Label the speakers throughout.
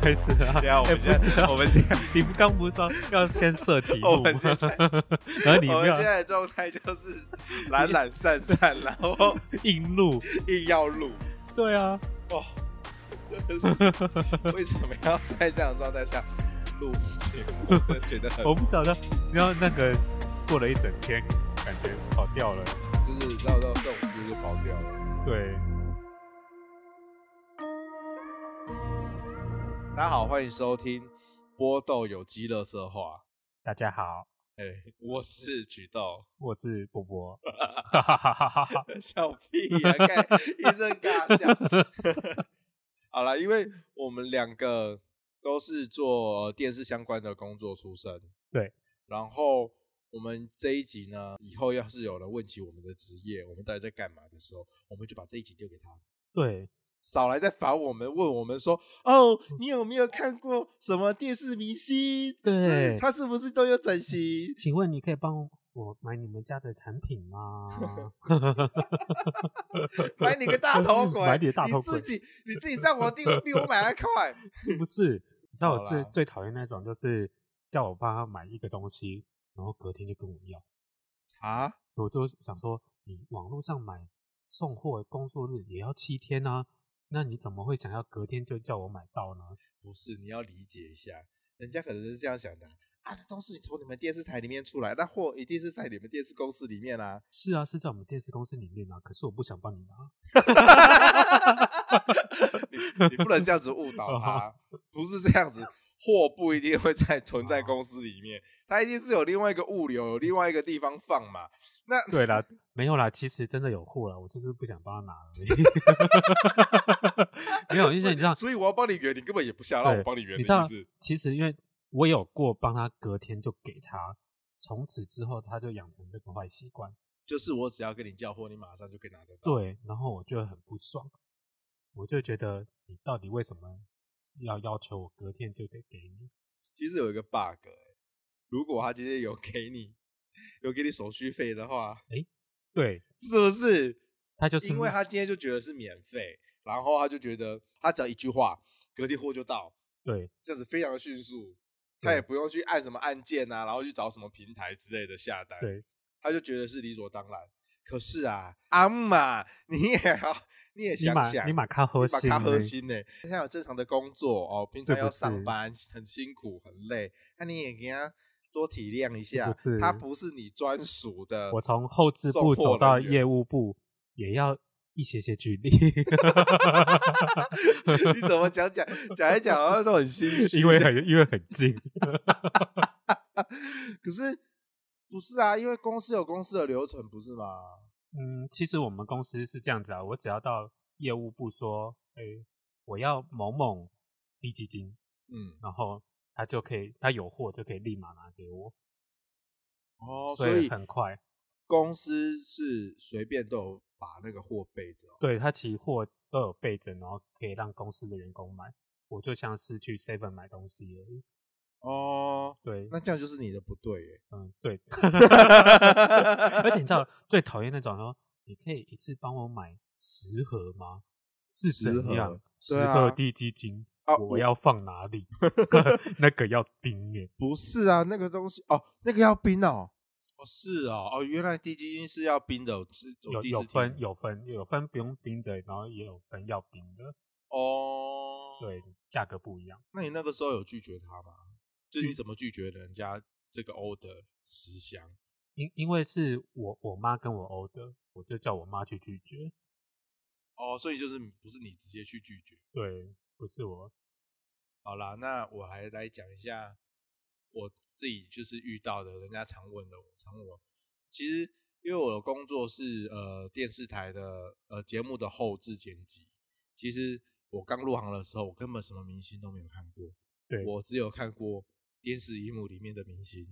Speaker 1: 开始啊！
Speaker 2: 等一下 我
Speaker 1: 哎
Speaker 2: 们
Speaker 1: 不
Speaker 2: 现
Speaker 1: 是
Speaker 2: 在
Speaker 1: 啊
Speaker 2: 我们现在
Speaker 1: 你不刚不是说要先设题
Speaker 2: 我
Speaker 1: 目吗
Speaker 2: 们现在？
Speaker 1: 然后你
Speaker 2: 我
Speaker 1: 不
Speaker 2: 们现
Speaker 1: 要
Speaker 2: 在的状态就是懒懒散散，然后
Speaker 1: 硬录，
Speaker 2: 硬要录，
Speaker 1: 对啊，
Speaker 2: 哇，真的是为什么要在这样的状态下录节目？我真的觉得 很
Speaker 1: 我不晓得，然后那个过了一整天，感觉跑掉了，
Speaker 2: 就是绕到这种就是跑掉了。
Speaker 1: 对，
Speaker 2: 大家好，欢迎收听波豆有机乐色话，
Speaker 1: 大家好，
Speaker 2: 哎、我是菊豆，
Speaker 1: 我是波 波，哈哈哈哈哈，
Speaker 2: 笑屁呀、啊，看一声 尬笑。好了，因为我们两个都是做呃电视相关的工作出身，
Speaker 1: 对。
Speaker 2: 然后我们这一集呢，以后要是有人问起我们的职业，我们到底在干嘛的时候，我们就把这一集丢给他，
Speaker 1: 对，
Speaker 2: 少来再烦我们，问我们说，哦，你有没有看过什么电视明星？
Speaker 1: 对
Speaker 2: 嗯他是不是都有整 形？
Speaker 1: 请问你可以帮我买你们家的产品 吗？
Speaker 2: 买你个大头鬼！
Speaker 1: 买你个大头鬼
Speaker 2: 你自己你自己上网订，比我买还快。
Speaker 1: 是不是？你知道我最
Speaker 2: 好啦
Speaker 1: 最讨厌那种，就是叫我帮他买一个东西，然后隔天就跟我要。
Speaker 2: 啊？
Speaker 1: 我就想说，你网络上买送货工作日也要七天啊，那你怎么会想要隔天就叫我买到呢？。
Speaker 2: 不是，你要理解一下，人家可能是这样想的啊，啊那都是从你们电视台里面出来，那货一定是在你们电视公司里面啦、啊
Speaker 1: 是啊，是在我们电视公司里面啊，可是我不想帮你拿。
Speaker 2: 你你不能这样子误 导
Speaker 1: 哦
Speaker 2: 他，不是这样子，货不一定会在囤
Speaker 1: 哦
Speaker 2: 在公司里面，它一定是有另外一个物流，有另外一个地方放嘛。那
Speaker 1: 对啦，没有啦，其实真的有货了，我就是不想帮他拿而已。 没有，因为你知道，
Speaker 2: 所以我要帮你圆，你根本也不想让我
Speaker 1: 对
Speaker 2: 帮你圆的
Speaker 1: 你知道
Speaker 2: 意思。，
Speaker 1: 其实因为我有过帮他隔天就给他，从此之后他就养成这个坏习
Speaker 2: 哦
Speaker 1: 惯。
Speaker 2: 就是我只要跟你叫货，你马上就可以拿得到。
Speaker 1: 对，然后我就很不爽，我就觉得你到底为什么要要求我隔天就得给你？
Speaker 2: 其实有一个 bug，、欸、如果他今天有给你有给你手续费的话，
Speaker 1: 对，
Speaker 2: 是不是？
Speaker 1: 他就是
Speaker 2: 因为他今天就觉得是免费，然后他就觉得他只要一句话，隔天货就到，
Speaker 1: 对
Speaker 2: 这样子非常迅速，他
Speaker 1: 对
Speaker 2: 也不用去按什么按键啊，然后去找什么平台之类的下单，
Speaker 1: 对，
Speaker 2: 他就觉得是理所当然。可是啊，阿玛，你也要你也
Speaker 1: 你
Speaker 2: 想
Speaker 1: 马
Speaker 2: 想，
Speaker 1: 你马咖核
Speaker 2: 把
Speaker 1: 心
Speaker 2: 他
Speaker 1: 呢，
Speaker 2: 核心呢、现在有正常的工作哦，平
Speaker 1: 是
Speaker 2: 常
Speaker 1: 不
Speaker 2: 要上
Speaker 1: 是
Speaker 2: 班，很辛苦，很累，那你也给他多体谅一下，
Speaker 1: 不是
Speaker 2: 他不是你专属的。
Speaker 1: 我从后置
Speaker 2: 送
Speaker 1: 部
Speaker 2: 货
Speaker 1: 走到
Speaker 2: 人员
Speaker 1: 业务部也要一些些 距离，
Speaker 2: 你怎么讲讲讲一讲，好像都很心虚。
Speaker 1: 因为很因为很近，
Speaker 2: 可是不是啊？因为公司有公司的流程，不是吗？
Speaker 1: 嗯，其实我们公司是这样子啊，我只要到业务部说，哎、我要某某低基金，
Speaker 2: 嗯，
Speaker 1: 然后他就可以，他有货就可以立马拿给我，
Speaker 2: 哦，
Speaker 1: 所
Speaker 2: 所以
Speaker 1: 很快。
Speaker 2: 公司是随便都有把那个货备着哦。
Speaker 1: 对他其实货都有备着，然后可以让公司的员工买。我就像是去 Seven 买东西而已。
Speaker 2: 哦，
Speaker 1: 对，
Speaker 2: 那这样就是你的不对 耶。
Speaker 1: 嗯，对。而 且你知道最讨厌那种说，你可以一次帮我买十盒吗？是
Speaker 2: 十
Speaker 1: 怎
Speaker 2: 盒
Speaker 1: 样？十
Speaker 2: 对啊
Speaker 1: 盒地基金，
Speaker 2: 啊
Speaker 1: 我
Speaker 2: 我
Speaker 1: 要放哪里？ 那个要盯耶。
Speaker 2: 不是啊，那个东西哦，那个要冰哦。哦，是哦，哦，原来低基因是要冰的，是我
Speaker 1: 有
Speaker 2: 第一
Speaker 1: 有
Speaker 2: 次听
Speaker 1: 分有分有分不用冰的，然后也有分要冰的，
Speaker 2: 哦。，
Speaker 1: 对，价格不一样。
Speaker 2: 那你那个时候有拒绝他吗？就是你怎么拒绝人家这个 order 十箱？
Speaker 1: 因因为是我我妈跟我欧的，我就叫我妈去拒绝。
Speaker 2: 哦，所以就是不是你直接去拒绝。
Speaker 1: 对，不是我，
Speaker 2: 好啦，那我还来讲一下我自己就是遇到的，人家常问的，常问我。其实因为我的工作是呃电视台的呃节目的后置剪辑，其实我刚入行的时候，我根本什么明星都没有看过，
Speaker 1: 对
Speaker 2: 我只有看过电视荧幕里面的明 星。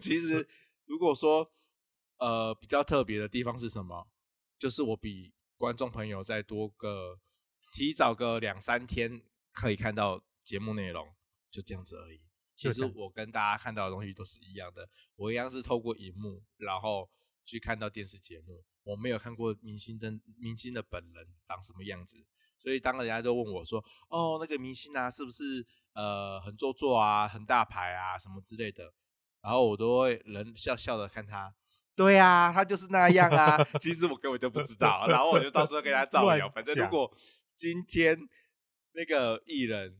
Speaker 2: 其实如果说呃比较特别的地方是什么，就是我比观众朋友再多个提早个两三天可以看到节目内容，就这样子而已。其
Speaker 1: 就
Speaker 2: 实
Speaker 1: 这样
Speaker 2: 我跟大家看到的东西都是一样的，我一样是透过荧幕，然后去看到电视节目。我没有看过明星真明星的本人长什么样子，所以当人家都问我说：“哦，那个明星啊，是不是呃很做作啊，很大牌啊，什么之类的？”然后我都会人笑笑的看他。对呀、啊，他就是那样啊。其实我根本就不知道，然后我就到时候 跟他造谣。
Speaker 1: 乱
Speaker 2: 反正
Speaker 1: 讲
Speaker 2: 如果今天那个艺人，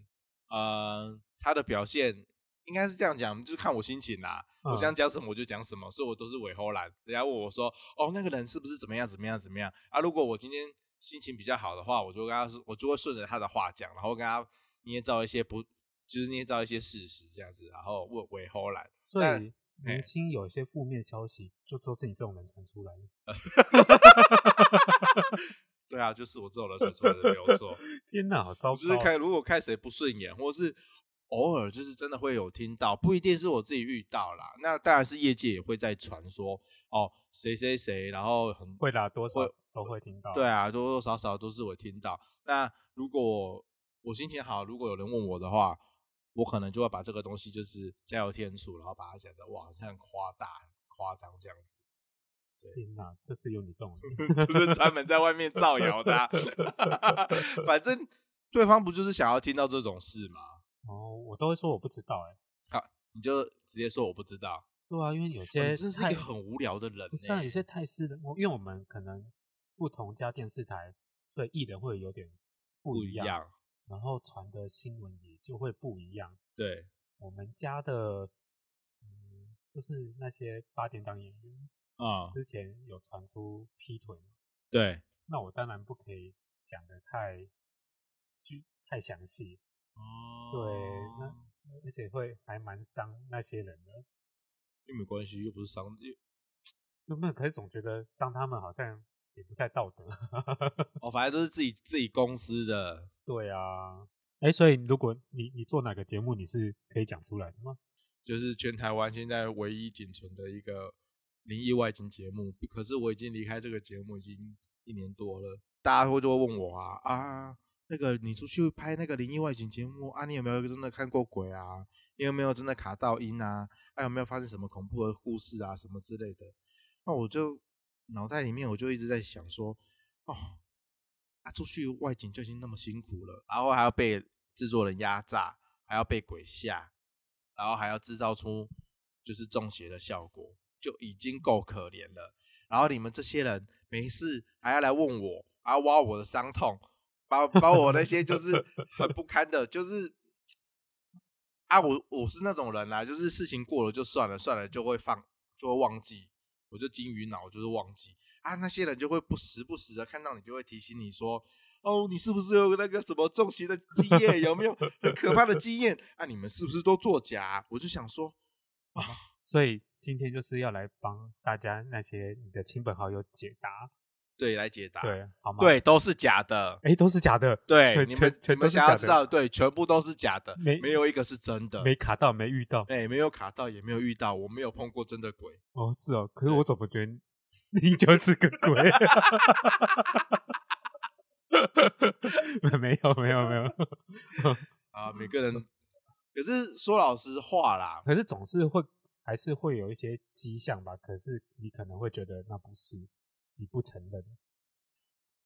Speaker 2: 呃，他的表现应该是这样讲，就是看我心情啦。我
Speaker 1: 嗯
Speaker 2: 想讲什么我就讲什么，所以我都是尾后懒。人家问我说：“哦，那个人是不是怎么样怎么样怎么样啊？”如果我今天心情比较好的话，我就跟他说，我就会顺着他的话讲，然后跟他捏造一些不，就是捏造一些事实这样子，然后问尾后懒。
Speaker 1: 所
Speaker 2: 但
Speaker 1: 以
Speaker 2: 嘿
Speaker 1: 明星有一些负面消息，就都是你这种人传出来的。
Speaker 2: 对啊，就是我这种人传出来的，没有 错。
Speaker 1: 天哪，好糟
Speaker 2: 我
Speaker 1: 糕！哦
Speaker 2: 就是看如果看谁不顺眼，或是偶尔就是真的会有听到，不一定是我自己遇到啦。那当然是业界也会在传说哦，谁谁谁，然后很
Speaker 1: 会啦，多少
Speaker 2: 会
Speaker 1: 都会听到。
Speaker 2: 对，啊，多多少少都是我听到。那如果我心情好，如果有人问我的话，我可能就会把这个东西就是加油添醋，然后把它讲的哇，好像很夸大、很夸张这样子，
Speaker 1: 天哪，就是有你这种人。
Speaker 2: 就是专门在外面造谣的啊、 反正对方不就是想要听到这种事吗？
Speaker 1: 哦，我都会说我不知道哎、
Speaker 2: 你就直接说我不知道，
Speaker 1: 对啊，因为有
Speaker 2: 哦
Speaker 1: 些
Speaker 2: 你真是一
Speaker 1: 太
Speaker 2: 个很无聊的人、欸。
Speaker 1: 不是啊，有些太私人，我因为我们可能不同家电视台，所以艺人会有点不
Speaker 2: 不
Speaker 1: 一
Speaker 2: 一
Speaker 1: 样，
Speaker 2: 样。
Speaker 1: 然后传的新闻也就会不一样。
Speaker 2: 对，
Speaker 1: 我们家的，嗯，就是那些八点档演员
Speaker 2: 啊、
Speaker 1: 之前有传出劈腿嘛，
Speaker 2: 对，
Speaker 1: 那我当然不可以讲的太具太详细，
Speaker 2: 哦
Speaker 1: 对，那而且会还蛮伤那些人的。
Speaker 2: 又没关系，又不是伤，又
Speaker 1: 就那可是总觉得伤他们好像也不太道德。
Speaker 2: 哦，反正都是自己自己公司的。
Speaker 1: 对啊，哎，所以如果你你做哪个节目，你是可以讲出来的吗？
Speaker 2: 就是全台湾现在唯一仅存的一个灵异外景节目。可是我已经离开这个节目已经一年多了，大家会就会问我啊啊，那个你出去拍那个灵异外景节目啊，你有没有真的看过鬼啊？你有没有真的卡到音啊？还、有没有发生什么恐怖的故事啊什么之类的？那我就脑袋里面我就一直在想说，哦，啊，出去外景就已经那么辛苦了，然后还要被制作人压榨，还要被鬼吓，然后还要制造出就是中邪的效果，就已经够可怜了。然后你们这些人没事还要来问我，还要挖我的伤痛，把把我那些就是很不堪的，就是啊，我我是那种人啦、就是事情过了就算了，算了就会放，就会忘记，我就金鱼脑，就是忘记啊。那些人就会不时不时的看到你，就会提醒你说。哦，你是不是有那个什么中邪的经验？有没有很可怕的经验？啊，你们是不是都作假啊、我就想说，
Speaker 1: 所以今天就是要来帮大家那些你的亲朋好友解答，
Speaker 2: 对，来解答，
Speaker 1: 对，啊好吗？，
Speaker 2: 对，都是假的。
Speaker 1: 哎，都是假的，
Speaker 2: 对，
Speaker 1: 对
Speaker 2: 你
Speaker 1: 全
Speaker 2: 们你
Speaker 1: 全
Speaker 2: 们
Speaker 1: 都是
Speaker 2: 想要
Speaker 1: 假
Speaker 2: 知
Speaker 1: 的
Speaker 2: 道的，对，全部都是假的，
Speaker 1: 没
Speaker 2: 没有一个是真的。
Speaker 1: 没卡到，没遇到。
Speaker 2: 哎、没有卡到，也没有遇到，我没有碰过真的鬼。
Speaker 1: 哦，是哦，可是
Speaker 2: 对
Speaker 1: 我怎么觉得你 就是个鬼？ 没有没有没有，
Speaker 2: 啊，每个
Speaker 1: 嗯
Speaker 2: 人。可是说老实话啦，
Speaker 1: 可是总是会还是会有一些迹象吧。可是你可能会觉得那不是，你不承认。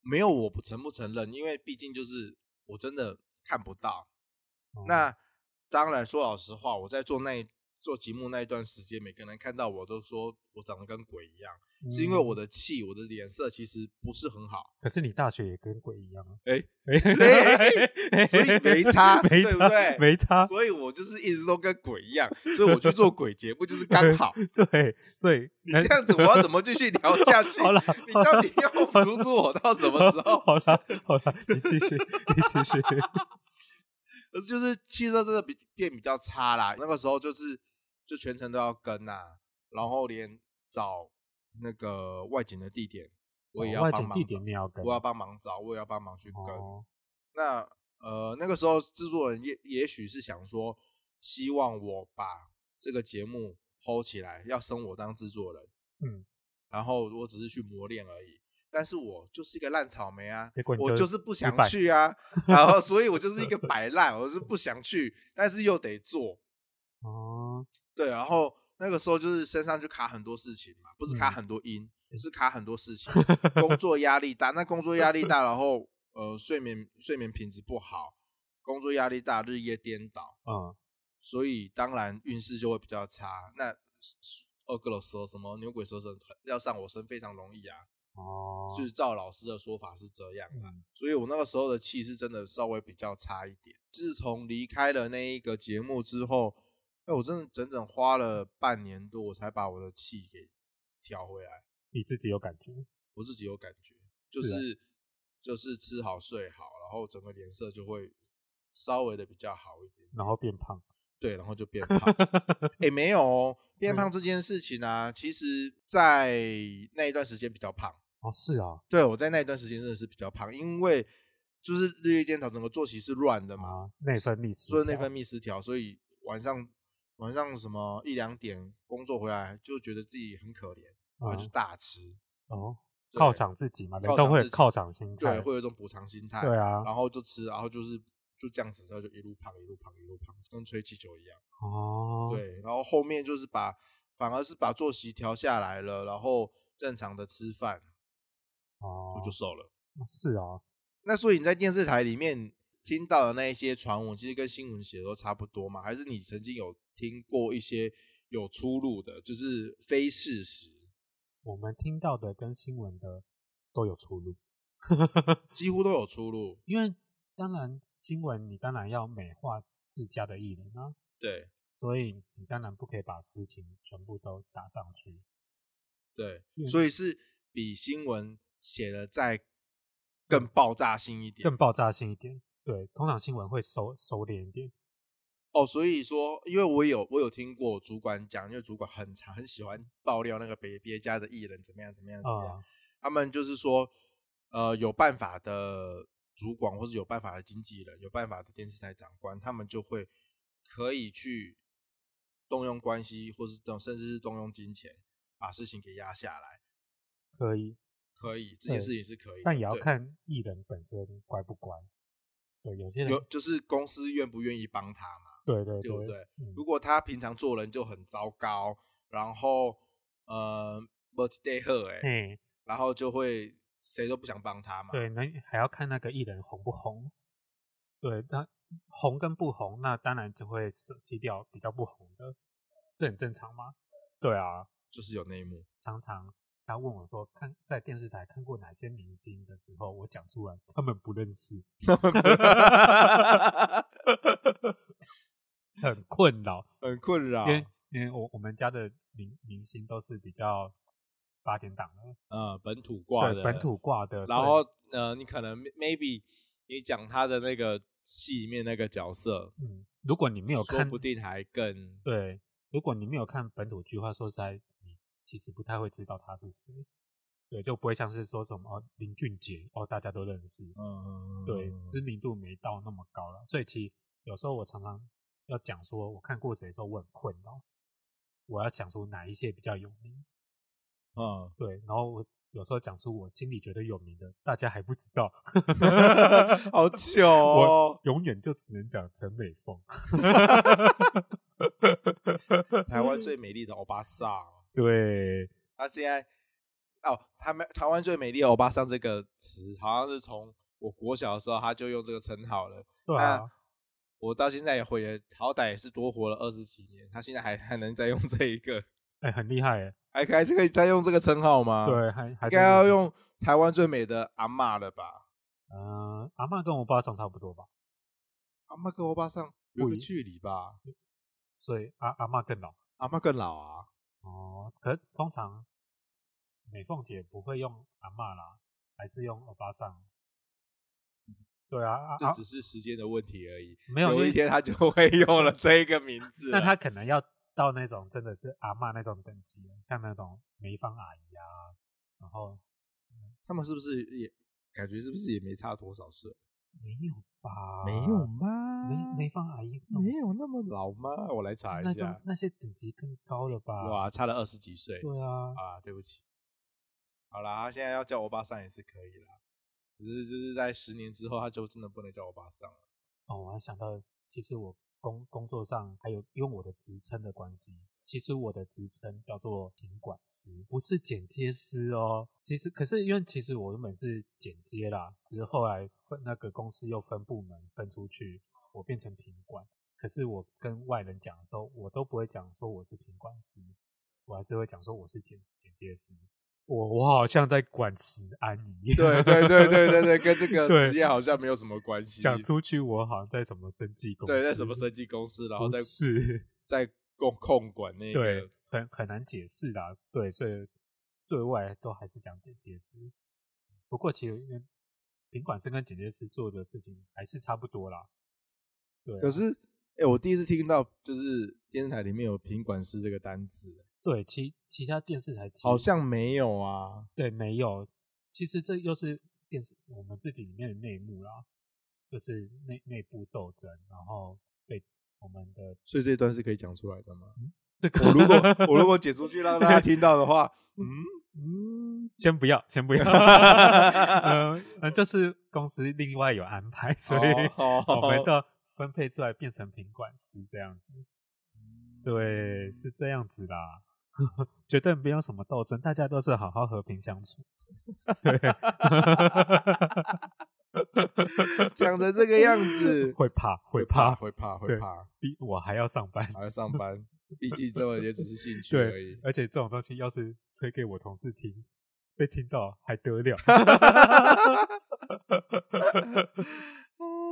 Speaker 2: 没有我不承不承认，因为毕竟就是我真的看不到。
Speaker 1: 哦
Speaker 2: 那当然说老实话，我在做那一做节目那一段时间，每个人看到我都说我长得跟鬼一样，是因为我
Speaker 1: 嗯
Speaker 2: 的气，我的脸色其实不是很好。
Speaker 1: 可是你大学也跟鬼一样啊！
Speaker 2: 哎
Speaker 1: 哎
Speaker 2: 所以没 差
Speaker 1: 没
Speaker 2: 对不
Speaker 1: 差
Speaker 2: 对
Speaker 1: 没差，
Speaker 2: 所以我就是一直都跟鬼一样，所以我去做鬼节目就 是刚好。
Speaker 1: 对，所以
Speaker 2: 你这样子，我要怎么继续聊下去？
Speaker 1: 好了，
Speaker 2: 你
Speaker 1: 好
Speaker 2: 到
Speaker 1: 了
Speaker 2: 底要阻止我到什么时候？
Speaker 1: 好了好了，你继续，你继续。
Speaker 2: 可是 就是气色真的比变比较差啦。那个时候就是就全程都要跟呐、然后连找那个外景的地点， 我也
Speaker 1: 找
Speaker 2: 要
Speaker 1: 外
Speaker 2: 帮
Speaker 1: 景
Speaker 2: 忙
Speaker 1: 地
Speaker 2: 找
Speaker 1: 点你要跟
Speaker 2: 我要帮忙找，我也要帮忙去跟。
Speaker 1: 哦，
Speaker 2: 那呃，那个时候制作人也也许是想说，希望我把这个节目 hold 起来，要升我当制作人，
Speaker 1: 嗯，
Speaker 2: 然后我只是去磨练而已。但是我就是一个烂草莓啊，
Speaker 1: 结果你
Speaker 2: 我
Speaker 1: 就
Speaker 2: 就是不
Speaker 1: 失
Speaker 2: 想
Speaker 1: 败
Speaker 2: 去啊，然后 所以我就是一 个摆烂，我就是不想去，但是又得做。
Speaker 1: 哦，
Speaker 2: 对，然后那个时候就是身上就卡很多事情嘛，不是卡
Speaker 1: 嗯
Speaker 2: 很多音，也是卡很多事情，工作压力大。那工作压力大，然后呃睡眠睡眠品质不好，工作压力大，日夜颠倒，
Speaker 1: 嗯，
Speaker 2: 所以当然运势就会比较差。那二哥的蛇什么牛鬼蛇神要上我身非常容易啊，
Speaker 1: 哦，
Speaker 2: 就是照老师的说法是这样啊。
Speaker 1: 嗯
Speaker 2: 所以我那个时候的气是真的稍微比较差一点。自从离开了那一个节目之后，哎，我真的整整花了半年多，我才把我的气给调回来。
Speaker 1: 你自己有感觉，
Speaker 2: 我自己有感觉，就是
Speaker 1: 啊
Speaker 2: 是、就是吃好睡好，然后整个脸色就会稍微的比较好一点，
Speaker 1: 然后变胖，
Speaker 2: 对，然后就变胖。哎、没有哦，
Speaker 1: 嗯
Speaker 2: 变胖这件事情啊，其实在那一段时间比较胖。
Speaker 1: 哦，是啊，
Speaker 2: 对我在那一段时间真的是比较胖，因为就是日夜颠倒，整个作息是乱的嘛，
Speaker 1: 啊，内分泌失
Speaker 2: 所以内
Speaker 1: 调
Speaker 2: 分泌失调，所以晚上晚上什么一两点工作回来，就觉得自己很可怜，然后就
Speaker 1: 嗯
Speaker 2: 大吃，
Speaker 1: 哦，
Speaker 2: 对
Speaker 1: 犒赏自己嘛，人
Speaker 2: 犒
Speaker 1: 都
Speaker 2: 赏
Speaker 1: 会
Speaker 2: 自
Speaker 1: 有
Speaker 2: 己
Speaker 1: 犒赏心态，
Speaker 2: 对，会有一种补偿心态，
Speaker 1: 对啊，
Speaker 2: 然后就吃，然后就是就这样子，然后就一路胖，一路胖，一路胖，跟吹气球一样。
Speaker 1: 哦，
Speaker 2: 对，然后后面就是把，反而是把作息调下来了，然后正常的吃饭，
Speaker 1: 哦
Speaker 2: 我就瘦了。
Speaker 1: 是啊，
Speaker 2: 那所以你在电视台里面听到的那一些传闻，其实跟新闻写的都差不多嘛？还是你曾经有听过一些有出入的，就是非事实，
Speaker 1: 我们听到的跟新闻的都有出入，
Speaker 2: 几乎都有出入？
Speaker 1: 因为当然新闻你当然要美化自家的艺人啊，
Speaker 2: 对
Speaker 1: 所以你当然不可以把事情全部都打上去，
Speaker 2: 对，
Speaker 1: 嗯
Speaker 2: 所以是比新闻写的再更爆炸性一点，
Speaker 1: 更爆炸性一点。对，通常新闻会收收敛一点。
Speaker 2: 哦，所以说，因为我有我有听过主管讲，因为主管很常很喜欢爆料那个别别家的艺人怎么样怎么样怎么样，
Speaker 1: 啊
Speaker 2: 他们就是说，呃，有办法的主管或是有办法的经纪人，有办法的电视台长官，他们就会可以去动用关系，或是动甚至是动用金钱，把事情给压下来，
Speaker 1: 可以，
Speaker 2: 可以这件
Speaker 1: 对
Speaker 2: 事情是可以的，
Speaker 1: 但也要
Speaker 2: 对
Speaker 1: 看艺人本身乖不乖。对，有些人
Speaker 2: 有就是公司愿不愿意帮他嘛。
Speaker 1: 对对
Speaker 2: 对不对
Speaker 1: 嗯
Speaker 2: 如果他平常做人就很糟糕，然后呃不 stay 好哎，
Speaker 1: 嘿，
Speaker 2: 然后就会谁都不想帮他嘛。
Speaker 1: 对，那还要看那个艺人红不红。对，那红跟不红，那当然就会舍弃掉比较不红的，这很正常吗？对啊，
Speaker 2: 就是有内幕。
Speaker 1: 常常他问我说看在电视台看过哪些明星的时候，我讲出来他们不认 识，很困 扰，
Speaker 2: 很困扰
Speaker 1: 因。为因为我我们家的明明星都是比较八点档的，
Speaker 2: 呃，本土挂的，
Speaker 1: 对本土挂的
Speaker 2: 然
Speaker 1: 对
Speaker 2: 后呃，你可能 maybe 你讲他的那个戏里面那个角色，
Speaker 1: 嗯，如果你没有
Speaker 2: 说
Speaker 1: 看
Speaker 2: 不定还更
Speaker 1: 对，如果你没有看本土剧的话，说实在，你其实不太会知道他是谁。对，就不会像是说什么哦林俊杰哦，大家都认识，
Speaker 2: 嗯，
Speaker 1: 对，知名度没到那么高了。所以其实有时候我常常要讲说，我看过谁的时候，我很困扰，我要讲出哪一些比较有名。
Speaker 2: 嗯，
Speaker 1: 对，然后我有时候讲出我心里觉得有名的，大家还不知道，
Speaker 2: 好糗哦
Speaker 1: 我，永远就只能讲陈美凤。
Speaker 2: 台湾最美丽的欧巴桑。
Speaker 1: 对，
Speaker 2: 他现在哦，他们台湾最美丽的欧巴桑这个词，好像是从我国小的时候他就用这个称号了。
Speaker 1: 对啊
Speaker 2: 那，我到现在也回了，好歹也是多活了二十几年，他现在还还能再用这一个，
Speaker 1: 哎、很厉害耶，
Speaker 2: 还还是可以再用这个称号吗？，
Speaker 1: 对，还还
Speaker 2: 啊
Speaker 1: 是
Speaker 2: 应该要
Speaker 1: 有
Speaker 2: 用台湾最美的阿嬷了吧？
Speaker 1: 呃，阿嬷跟我爸长差不多吧，
Speaker 2: 阿嬷跟欧巴桑有
Speaker 1: 不
Speaker 2: 个
Speaker 1: 一
Speaker 2: 距离吧？
Speaker 1: 所以阿阿嬷更老
Speaker 2: 阿嬷更老啊？
Speaker 1: 哦。可是通常美凤姐不会用阿嬷啦，还是用欧巴桑。哦对啊，啊
Speaker 2: 这
Speaker 1: 啊
Speaker 2: 只是时间的问题而已。
Speaker 1: 没有因
Speaker 2: 有一
Speaker 1: 为
Speaker 2: 天啊他就会用了这一个名字了。
Speaker 1: 那她可能要到那种真的是阿嬷那种等级了，像那种梅芳阿姨啊，然后
Speaker 2: 他们是不是也感觉是不是也没差多少岁？
Speaker 1: 没有吧？
Speaker 2: 没有，吗？
Speaker 1: 梅梅芳阿姨那种
Speaker 2: 没有那么老吗？我来查一
Speaker 1: 那种
Speaker 2: 下。
Speaker 1: 那些等级更高了吧？
Speaker 2: 哇，差了二十几岁
Speaker 1: 对啊，
Speaker 2: 啊！对不起。好啦，他现在要叫欧巴桑也是可以啦，只是就是在十年之后，他就真的不能叫欧巴桑了。
Speaker 1: 哦，我还想到，其实我工工作上还有因为我的职称的关系，其实我的职称叫做品管师，不是剪接师哦。其实可是因为其实我原本是剪接啦，只是后来分那个公司又分部门分出去，我变成品管。可是我跟外人讲的时候，我都不会讲说我是品管师，我还是会讲说我是剪剪接师。我我好像在管食安一样。
Speaker 2: 对对对对对对，跟 这
Speaker 1: 对
Speaker 2: 个职业好像没有什么关系。
Speaker 1: 想出去，我好像在什么生技公司，
Speaker 2: 对，在什么生技公司，然后
Speaker 1: 不
Speaker 2: 再
Speaker 1: 是
Speaker 2: 再控控管那
Speaker 1: 对
Speaker 2: 个，
Speaker 1: 很很难解释啦。对，所以对外都还是讲剪接师。不过其实因为品管生跟剪接师做的事情还是差不多啦。对啊，
Speaker 2: 可是，哎、我第一次听到就是电视台里面有品管师这个单字，
Speaker 1: 对其其他电视台其实
Speaker 2: 好像没有啊。
Speaker 1: 对没有。其实这又是电视我们自己里面的内幕啦，就是内内部斗争，然后被我们的
Speaker 2: 所以这一段是可以讲出来的吗？
Speaker 1: 这个
Speaker 2: 我如果 我如果解出去让大家听到的话，嗯，
Speaker 1: 嗯，先不要，先不 要。嗯、呃，就是公司另外有安排， 所以
Speaker 2: 哦
Speaker 1: 我们都分配出来变成品管师这样子。嗯对，是这样子啦， 绝对没有什么斗争，大家都是好好和平相处。 对，
Speaker 2: 讲成这个样子，
Speaker 1: 会怕，会
Speaker 2: 怕，
Speaker 1: 怕，
Speaker 2: 会怕，会
Speaker 1: 对
Speaker 2: 怕，
Speaker 1: 比我还要上班。
Speaker 2: 还要上班，毕竟这也只是兴趣而
Speaker 1: 对
Speaker 2: 已，。
Speaker 1: 而且这种东西要是推给我同事听，被听到还得了？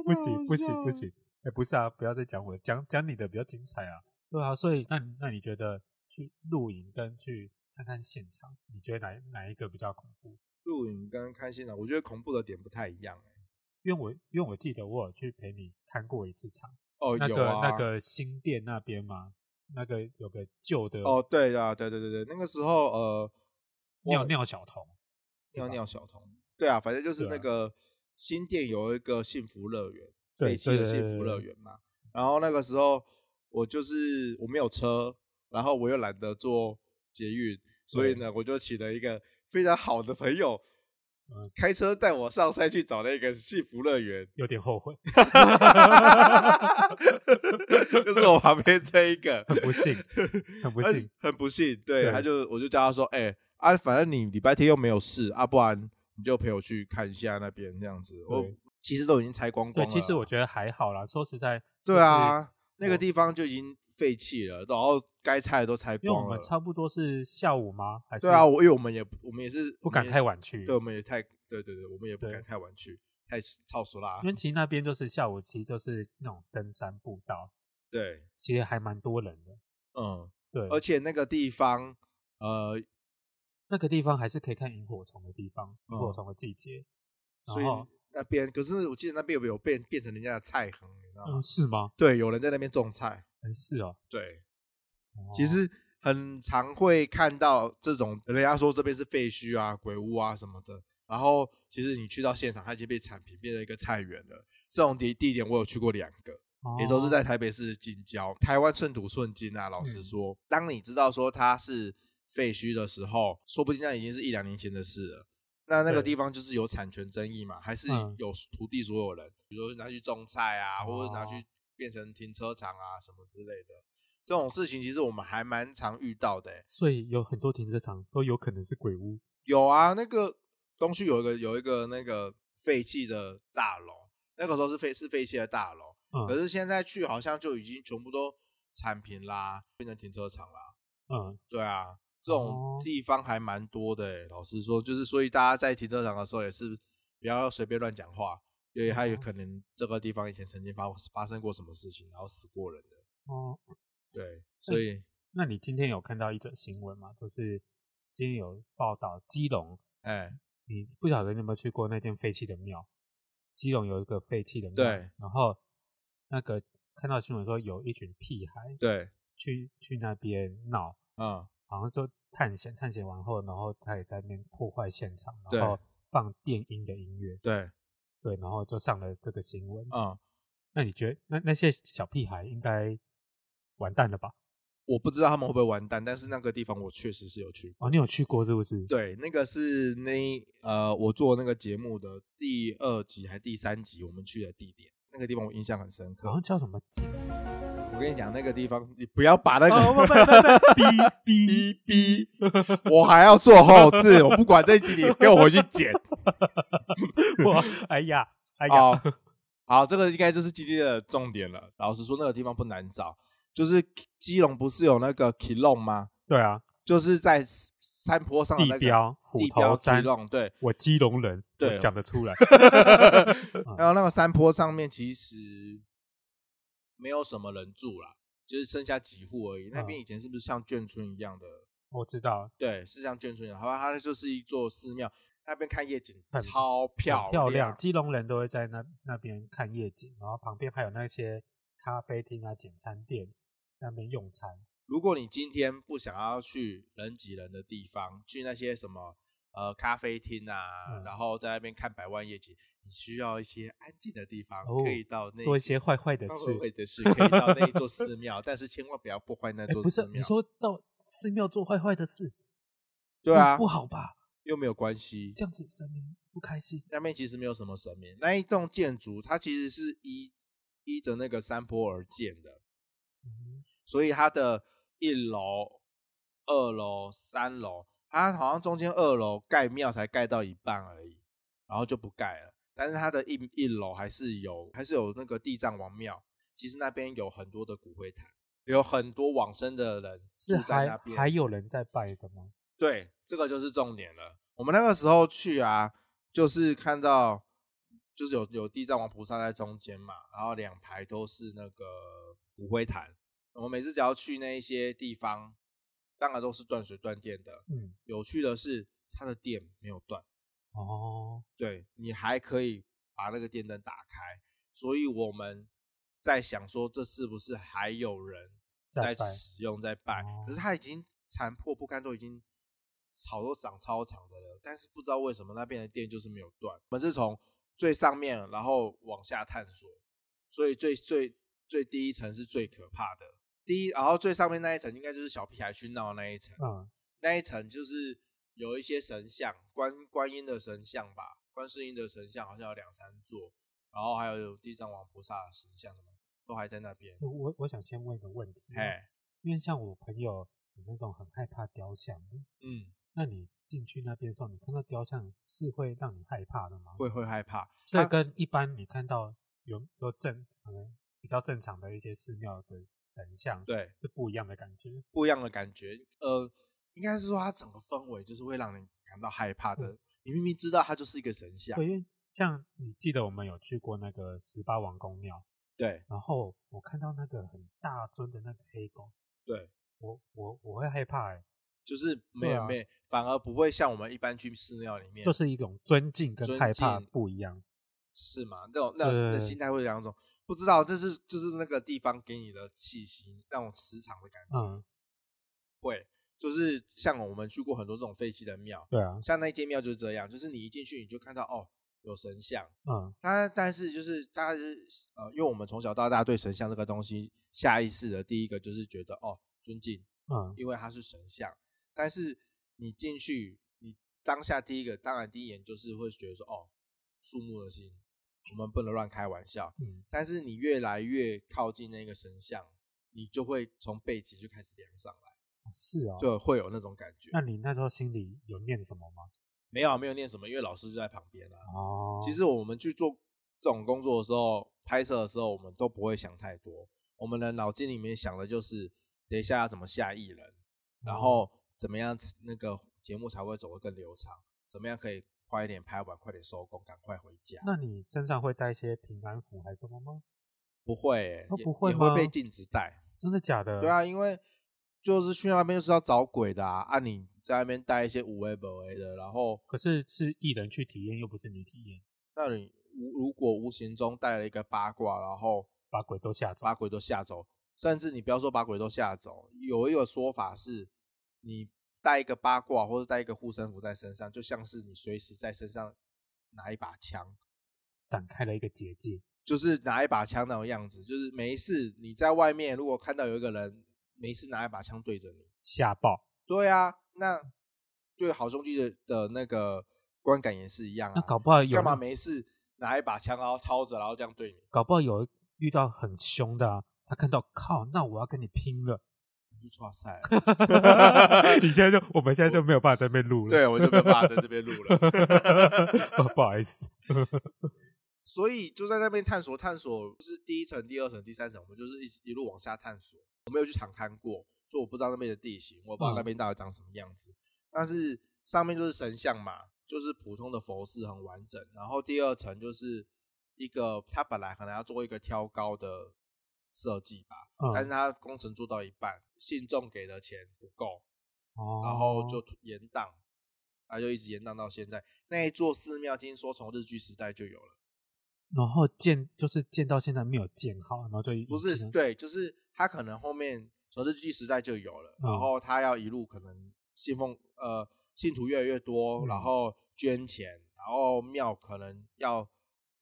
Speaker 1: 不行不行不
Speaker 2: 哦
Speaker 1: 行！哎、不是啊，不要再讲我，讲讲你的比较精彩啊。对啊，所以那你那你觉得去露营跟去看看现场，你觉得哪哪一个比较恐怖？
Speaker 2: 录影跟看现场，我觉得恐怖的点不太一样、欸。
Speaker 1: 因为我因为我记得我有去陪你看过一次场，
Speaker 2: 哦，
Speaker 1: 那
Speaker 2: 有
Speaker 1: 个、
Speaker 2: 啊，
Speaker 1: 那个新店那边嘛，那个有个旧的
Speaker 2: 哦，对啊，对对对对，那个时候呃，
Speaker 1: 尿尿小童，是吧
Speaker 2: 尿尿小童，对啊，反正就是
Speaker 1: 对啊
Speaker 2: 那个新店有一个幸福乐园，
Speaker 1: 对
Speaker 2: 废弃
Speaker 1: 对
Speaker 2: 的
Speaker 1: 对
Speaker 2: 幸
Speaker 1: 对
Speaker 2: 福
Speaker 1: 对
Speaker 2: 乐
Speaker 1: 对
Speaker 2: 园嘛。然后那个时候我就是我没有车，然后我又懒得坐捷运，所以
Speaker 1: 对
Speaker 2: 呢，我就请了一个非常好的朋友
Speaker 1: 嗯。
Speaker 2: 开车带我上山去找那个幸福乐园，
Speaker 1: 有点后悔，
Speaker 2: 就是我旁边这一个，
Speaker 1: 很 不幸很不
Speaker 2: 他
Speaker 1: 幸
Speaker 2: 很不幸。对，
Speaker 1: 对
Speaker 2: 他就我就叫他说，哎、啊，反正你礼拜天又没有事啊，不然你就陪我去看一下那边这样子。我
Speaker 1: 对
Speaker 2: 其实都已经拆光光
Speaker 1: 对，
Speaker 2: 了。
Speaker 1: 其实我觉得还好啦。说实在，
Speaker 2: 对啊，那
Speaker 1: 我
Speaker 2: 个地方就已经废弃了，然后该拆的都拆
Speaker 1: 因为我
Speaker 2: 光了
Speaker 1: 们。差不多是下午吗？还是
Speaker 2: 对啊，我因为我们也我们也是
Speaker 1: 不敢太，晚
Speaker 2: 我
Speaker 1: 去
Speaker 2: 们也对，，我们也太对对对，我们也不
Speaker 1: 对
Speaker 2: 敢太晚去，太超熟啦
Speaker 1: 因。为其实那边就是下午，其实就是那种登山步道，
Speaker 2: 对，
Speaker 1: 其实还蛮多人的。
Speaker 2: 嗯，
Speaker 1: 对，
Speaker 2: 而且那个地方，呃，
Speaker 1: 那个地方还是可以看萤火虫的地方，
Speaker 2: 嗯
Speaker 1: 萤火虫的季节。然
Speaker 2: 所以
Speaker 1: 后，
Speaker 2: 那边可是我记得那边有有变变成人家的菜行，你知道吗
Speaker 1: 嗯，？是吗？
Speaker 2: 对，有人在那边种菜。
Speaker 1: 哎，是哦。
Speaker 2: 对，
Speaker 1: 哦
Speaker 2: 其实很常会看到这种，人家说这边是废墟啊、鬼屋啊什么的。然后其实你去到现场，它已经被铲平，变成一个菜园了。这种地地点我有去过两个，
Speaker 1: 哦
Speaker 2: 也都是在台北市近郊，台湾寸土寸金啊。老实
Speaker 1: 嗯
Speaker 2: 说，当你知道说它是废墟的时候，说不定那已经是一两年前的事了。那那个
Speaker 1: 对
Speaker 2: 地方就是有产权争议嘛，还是
Speaker 1: 嗯
Speaker 2: 有土地所有人，比如说拿去种菜啊，或者拿
Speaker 1: 哦
Speaker 2: 去变成停车场啊什么之类的。这种事情其实我们还蛮常遇到的欸、
Speaker 1: 所以有很多停车场都有可能是鬼屋。
Speaker 2: 有啊，那个东区有一个有一个那个废弃的大楼，那个时候是废是废弃的大楼，可
Speaker 1: 嗯
Speaker 2: 是现在去好像就已经全部都铲平啦，变成停车场啦。
Speaker 1: 嗯，
Speaker 2: 对啊，这种
Speaker 1: 哦
Speaker 2: 地方还蛮多的、欸。老实说，就是所以大家在停车场的时候也是不要随便乱讲话，因为还有
Speaker 1: 哦
Speaker 2: 可能这个地方以前曾经发发生过什么事情，然后死过人的。
Speaker 1: 哦，
Speaker 2: 对，
Speaker 1: 嗯
Speaker 2: 所以
Speaker 1: 那你今天有看到一则新闻吗？就是今天有报道基隆，
Speaker 2: 哎、
Speaker 1: 你不晓得你有没有去过那间废弃的庙？基隆有一个废弃的庙，
Speaker 2: 对，
Speaker 1: 然后那个看到新闻说有一群屁孩
Speaker 2: 对，
Speaker 1: 去去那边闹，
Speaker 2: 嗯，
Speaker 1: 好像说探险，探险完后，然后他也在那边破坏现场，
Speaker 2: 对
Speaker 1: 然后放电音的音乐，
Speaker 2: 对，
Speaker 1: 对，然后就上了这个新闻。
Speaker 2: 嗯，
Speaker 1: 那你觉得那那些小屁孩应该完蛋了吧？
Speaker 2: 我不知道他们会不会完蛋，但是那个地方我确实是有去过。
Speaker 1: 哦，你有去过是不是？
Speaker 2: 对，那个是那呃，我做那个节目的第二集还第三集，我们去的地点。那个地方我印象很深刻
Speaker 1: 好。像叫什么景？
Speaker 2: 我跟你讲，那个地方你不要把那
Speaker 1: 哦，
Speaker 2: 个
Speaker 1: 不不 不，哔
Speaker 2: 逼逼， 我还要做后置，我不管这一集你给我回去剪
Speaker 1: 哔，我哎呀 哎呀，
Speaker 2: 哦。好，这个应该就是今天的重点了。老实说，那个地方不难找，就是基隆不是有那个 Kilong 吗？
Speaker 1: 对啊，
Speaker 2: 就是在山坡上的哦那
Speaker 1: 地
Speaker 2: 个
Speaker 1: 标虎
Speaker 2: 地
Speaker 1: 头
Speaker 2: 标
Speaker 1: 山，
Speaker 2: Kilong，对，
Speaker 1: 我基隆人，
Speaker 2: 对
Speaker 1: 我讲得 出来。嗯
Speaker 2: 然后那个山坡上面其实没有什么人住啦，就是剩下几户而已。那
Speaker 1: 嗯
Speaker 2: 边以前是不是像眷村一样的？
Speaker 1: 我知道，
Speaker 2: 对，是像眷村一样。好吧，它就是一座寺庙，那边看夜景
Speaker 1: 很
Speaker 2: 超
Speaker 1: 很
Speaker 2: 漂
Speaker 1: 漂亮，基隆人都会在那那边看夜景，然后旁边还有那些咖啡厅啊、简餐店那边用餐。
Speaker 2: 如果你今天不想要去人挤人的地方，去那些什么呃咖啡厅啊，
Speaker 1: 嗯
Speaker 2: 然后在那边看百万夜景，你需要一些安静的地方，
Speaker 1: 哦
Speaker 2: 可以到那
Speaker 1: 做一些坏坏的
Speaker 2: 到
Speaker 1: 事
Speaker 2: 会的事，可以到那 一座寺庙，但是千万不要破坏那
Speaker 1: 哎，
Speaker 2: 座
Speaker 1: 不
Speaker 2: 寺
Speaker 1: 是，
Speaker 2: 庙。
Speaker 1: 你说到寺庙做坏坏的事，
Speaker 2: 对啊
Speaker 1: 不，不好吧？
Speaker 2: 又没有关系。
Speaker 1: 这样子神明不开心。
Speaker 2: 那边其实没有什么神明，那一栋建筑它其实是依依着那个山坡而建的，
Speaker 1: 嗯
Speaker 2: 所以它的一楼、二楼、三楼，它好像中间二楼盖庙才盖到一半而已，然后就不盖了。但是它的一一楼还是有，还是有那个地藏王庙。其实那边有很多的骨灰坛，有很多往生的人
Speaker 1: 是
Speaker 2: 住在
Speaker 1: 还
Speaker 2: 那边。
Speaker 1: 还有人在拜的吗？
Speaker 2: 对，这个就是重点了。我们那个时候去啊，就是看到就是有有地藏王菩萨在中间嘛，然后两排都是那个骨灰坛。我们每次只要去那一些地方，当然都是断水断电的。
Speaker 1: 嗯，
Speaker 2: 有趣的是，它的电没有断，
Speaker 1: 哦，
Speaker 2: 对你还可以把那个电灯打开。所以我们在想说，这是不是还有人
Speaker 1: 在
Speaker 2: 在
Speaker 1: 拜
Speaker 2: 使用在拜，可是它已经残破不堪，都已经草都长超长的了，但是不知道为什么那边的电就是没有断。我们是从最上面然后往下探索，所以最最最低一层是最可怕的。第一，然后最上面那一层应该就是小屁孩去闹的那一层，
Speaker 1: 嗯，
Speaker 2: 那一层就是有一些神像，观观音的神像吧，观世音的神像好像有两三座，然后还有地藏王菩萨的神像什么都还在那边。
Speaker 1: 我我想先问一个问题，哦
Speaker 2: 哎，
Speaker 1: 因为像我朋友有那种很害怕雕像的，
Speaker 2: 嗯。
Speaker 1: 那你进去那边的时候，你看到雕像是会让你害怕的吗？
Speaker 2: 会会害怕。
Speaker 1: 所以
Speaker 2: 它
Speaker 1: 跟一般你看到有有正可能比较正常的一些寺庙的神像，，
Speaker 2: 对，
Speaker 1: 是不一样的感觉。
Speaker 2: 不一样的感觉。呃，应该是说它整个氛围就是会让你感到害怕的。你明明知道它就是一个神
Speaker 1: 嗯
Speaker 2: 像
Speaker 1: 对，，因为像你记得我们有去过那个十八王公庙，
Speaker 2: 对
Speaker 1: 然后我看到那个很大尊的那个黑狗，
Speaker 2: 对，
Speaker 1: 我我我会害怕、欸，
Speaker 2: 就是没
Speaker 1: 对
Speaker 2: 有
Speaker 1: 啊
Speaker 2: 没，反而不会像我们一般去寺庙里面，
Speaker 1: 就是一种尊敬跟
Speaker 2: 尊
Speaker 1: 害怕
Speaker 2: 敬
Speaker 1: 不一样。
Speaker 2: 是吗？那种那种
Speaker 1: 对
Speaker 2: 那心态会有两种，不知道这是就是那个地方给你的气息，那种磁场的感觉、
Speaker 1: 嗯，
Speaker 2: 会。就是像我们去过很多这种废弃的庙，
Speaker 1: 对啊，
Speaker 2: 像那间庙就是这样，就是你一进去你就看到哦有神像，
Speaker 1: 嗯
Speaker 2: 但但是就是大家是呃，因为我们从小到大对神像这个东西下意识的第一个就是觉得哦尊敬，
Speaker 1: 嗯，
Speaker 2: 因为它是神像。但是你进去，你当下第一个当然第一眼就是会觉得说哦树木的心，我们不能乱开玩笑。
Speaker 1: 嗯
Speaker 2: 但是你越来越靠近那个神像，你就会从背脊就开始凉上来，
Speaker 1: 是哦。
Speaker 2: 就会有那种感觉。
Speaker 1: 那你那时候心里有念什么吗？
Speaker 2: 没有啊没有念什么，因为老师就在旁边啊。
Speaker 1: 哦，
Speaker 2: 其实我们去做这种工作的时候，拍摄的时候，我们都不会想太多。我们的脑筋里面想的就是，等一下要怎么下艺人，
Speaker 1: 嗯
Speaker 2: 然后怎么样那个节目才会走得更流畅，怎么样可以快一点拍完，快点收工，赶快回家。
Speaker 1: 那你身上会带一些平安符还是什么吗？
Speaker 2: 不会欸、
Speaker 1: 都
Speaker 2: 也
Speaker 1: 不会
Speaker 2: 也会被
Speaker 1: 吗
Speaker 2: 禁止带。
Speaker 1: 真的假的？
Speaker 2: 对，啊，因为就是去那边就是要找鬼的啊，啊你在那边带一些无为不为的，然后
Speaker 1: 可是是艺人去体验，又不是你体验，
Speaker 2: 那你无如果无形中带了一个八卦，然后
Speaker 1: 把鬼都吓走。
Speaker 2: 把鬼都吓走，甚至你不要说把鬼都吓走，有一个说法是，你带一个八卦或者带一个护身符在身上，就像是你随时在身上拿一把枪，
Speaker 1: 展开了一个结界。
Speaker 2: 就是拿一把枪那种样子，就是没事你在外面如果看到有一个人没事拿一把枪对着你，
Speaker 1: 吓爆。
Speaker 2: 对啊，那对好兄弟的的那个观感也是一样
Speaker 1: 那
Speaker 2: 啊，
Speaker 1: 搞不好有
Speaker 2: 干嘛
Speaker 1: 那
Speaker 2: 没事拿一把枪然后掏着，然后这样对你，
Speaker 1: 搞不好有遇到很凶的、啊，他看到靠，那我要跟你拼 了。
Speaker 2: 你就 哇塞，
Speaker 1: 你现在就我们现在就没有办法在那边录了，
Speaker 2: 对我就没办法在这边录 了。
Speaker 1: 哦 不好意 思，
Speaker 2: 所以就在那边探索探索，就是第一层、第二层、第三层，我们就是一直一路往下探索。我没有去常看过，所以我不知道那边的地形，我
Speaker 1: 嗯
Speaker 2: 不知道那边到底长什么样子。但是上面就是神像嘛，就是普通的佛寺，很完整。然后第二层就是一个，它本来可能要做一个挑高的设计吧，但是
Speaker 1: 嗯，
Speaker 2: 它工程做到一半，信众给的钱不够，
Speaker 1: 哦
Speaker 2: 然后就延宕，它就一直延宕到现在。那一座寺庙听说从日据时代就有了。
Speaker 1: 然后建就是建到现在没有建好，然后就
Speaker 2: 不
Speaker 1: 已
Speaker 2: 是
Speaker 1: 经
Speaker 2: 对，就是他可能后面从日据时代就有了，然
Speaker 1: 嗯
Speaker 2: 后他要一路可能信奉呃信徒越来越多，然
Speaker 1: 嗯
Speaker 2: 后捐钱，然后庙可能要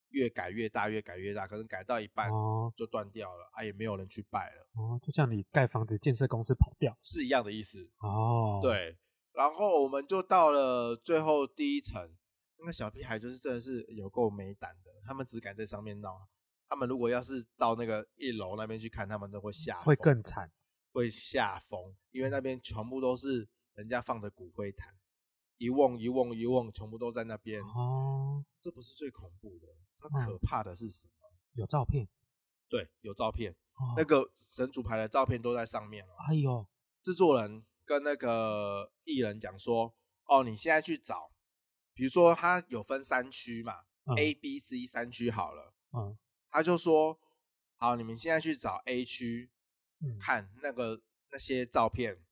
Speaker 2: 越改越大，越改越大，可能改到一半
Speaker 1: 哦
Speaker 2: 就断掉了，啊也没有人去拜了，
Speaker 1: 哦，就像你盖房子，建设公司跑掉
Speaker 2: 是一样的意思。
Speaker 1: 哦，，
Speaker 2: 对，然后我们就到了最后第一层，那个小屁孩就是真的是有够没胆的，他们只敢在上面闹。他们如果要是到那个一楼那边去看，他们都会吓
Speaker 1: 会
Speaker 2: 疯
Speaker 1: 更惨
Speaker 2: 会吓疯，因为那边全部都是人家放的骨灰坛，一瓮一瓮一瓮，全部都在那边。
Speaker 1: 哦。嗯
Speaker 2: 这不是最恐怖的，它可怕的是什么？
Speaker 1: 有照片
Speaker 2: 对，有照片，
Speaker 1: 哦，
Speaker 2: 那个神主牌的照片都在上面了。
Speaker 1: 哎呦，
Speaker 2: 制作人跟那个艺人讲说：“哦，你现在去找，比如说他有分三区嘛、
Speaker 1: 嗯
Speaker 2: a B、C 三区好了。”
Speaker 1: 嗯
Speaker 2: 他就说：“好，你们现在去找 A 区，
Speaker 1: 嗯
Speaker 2: 看那个那些照片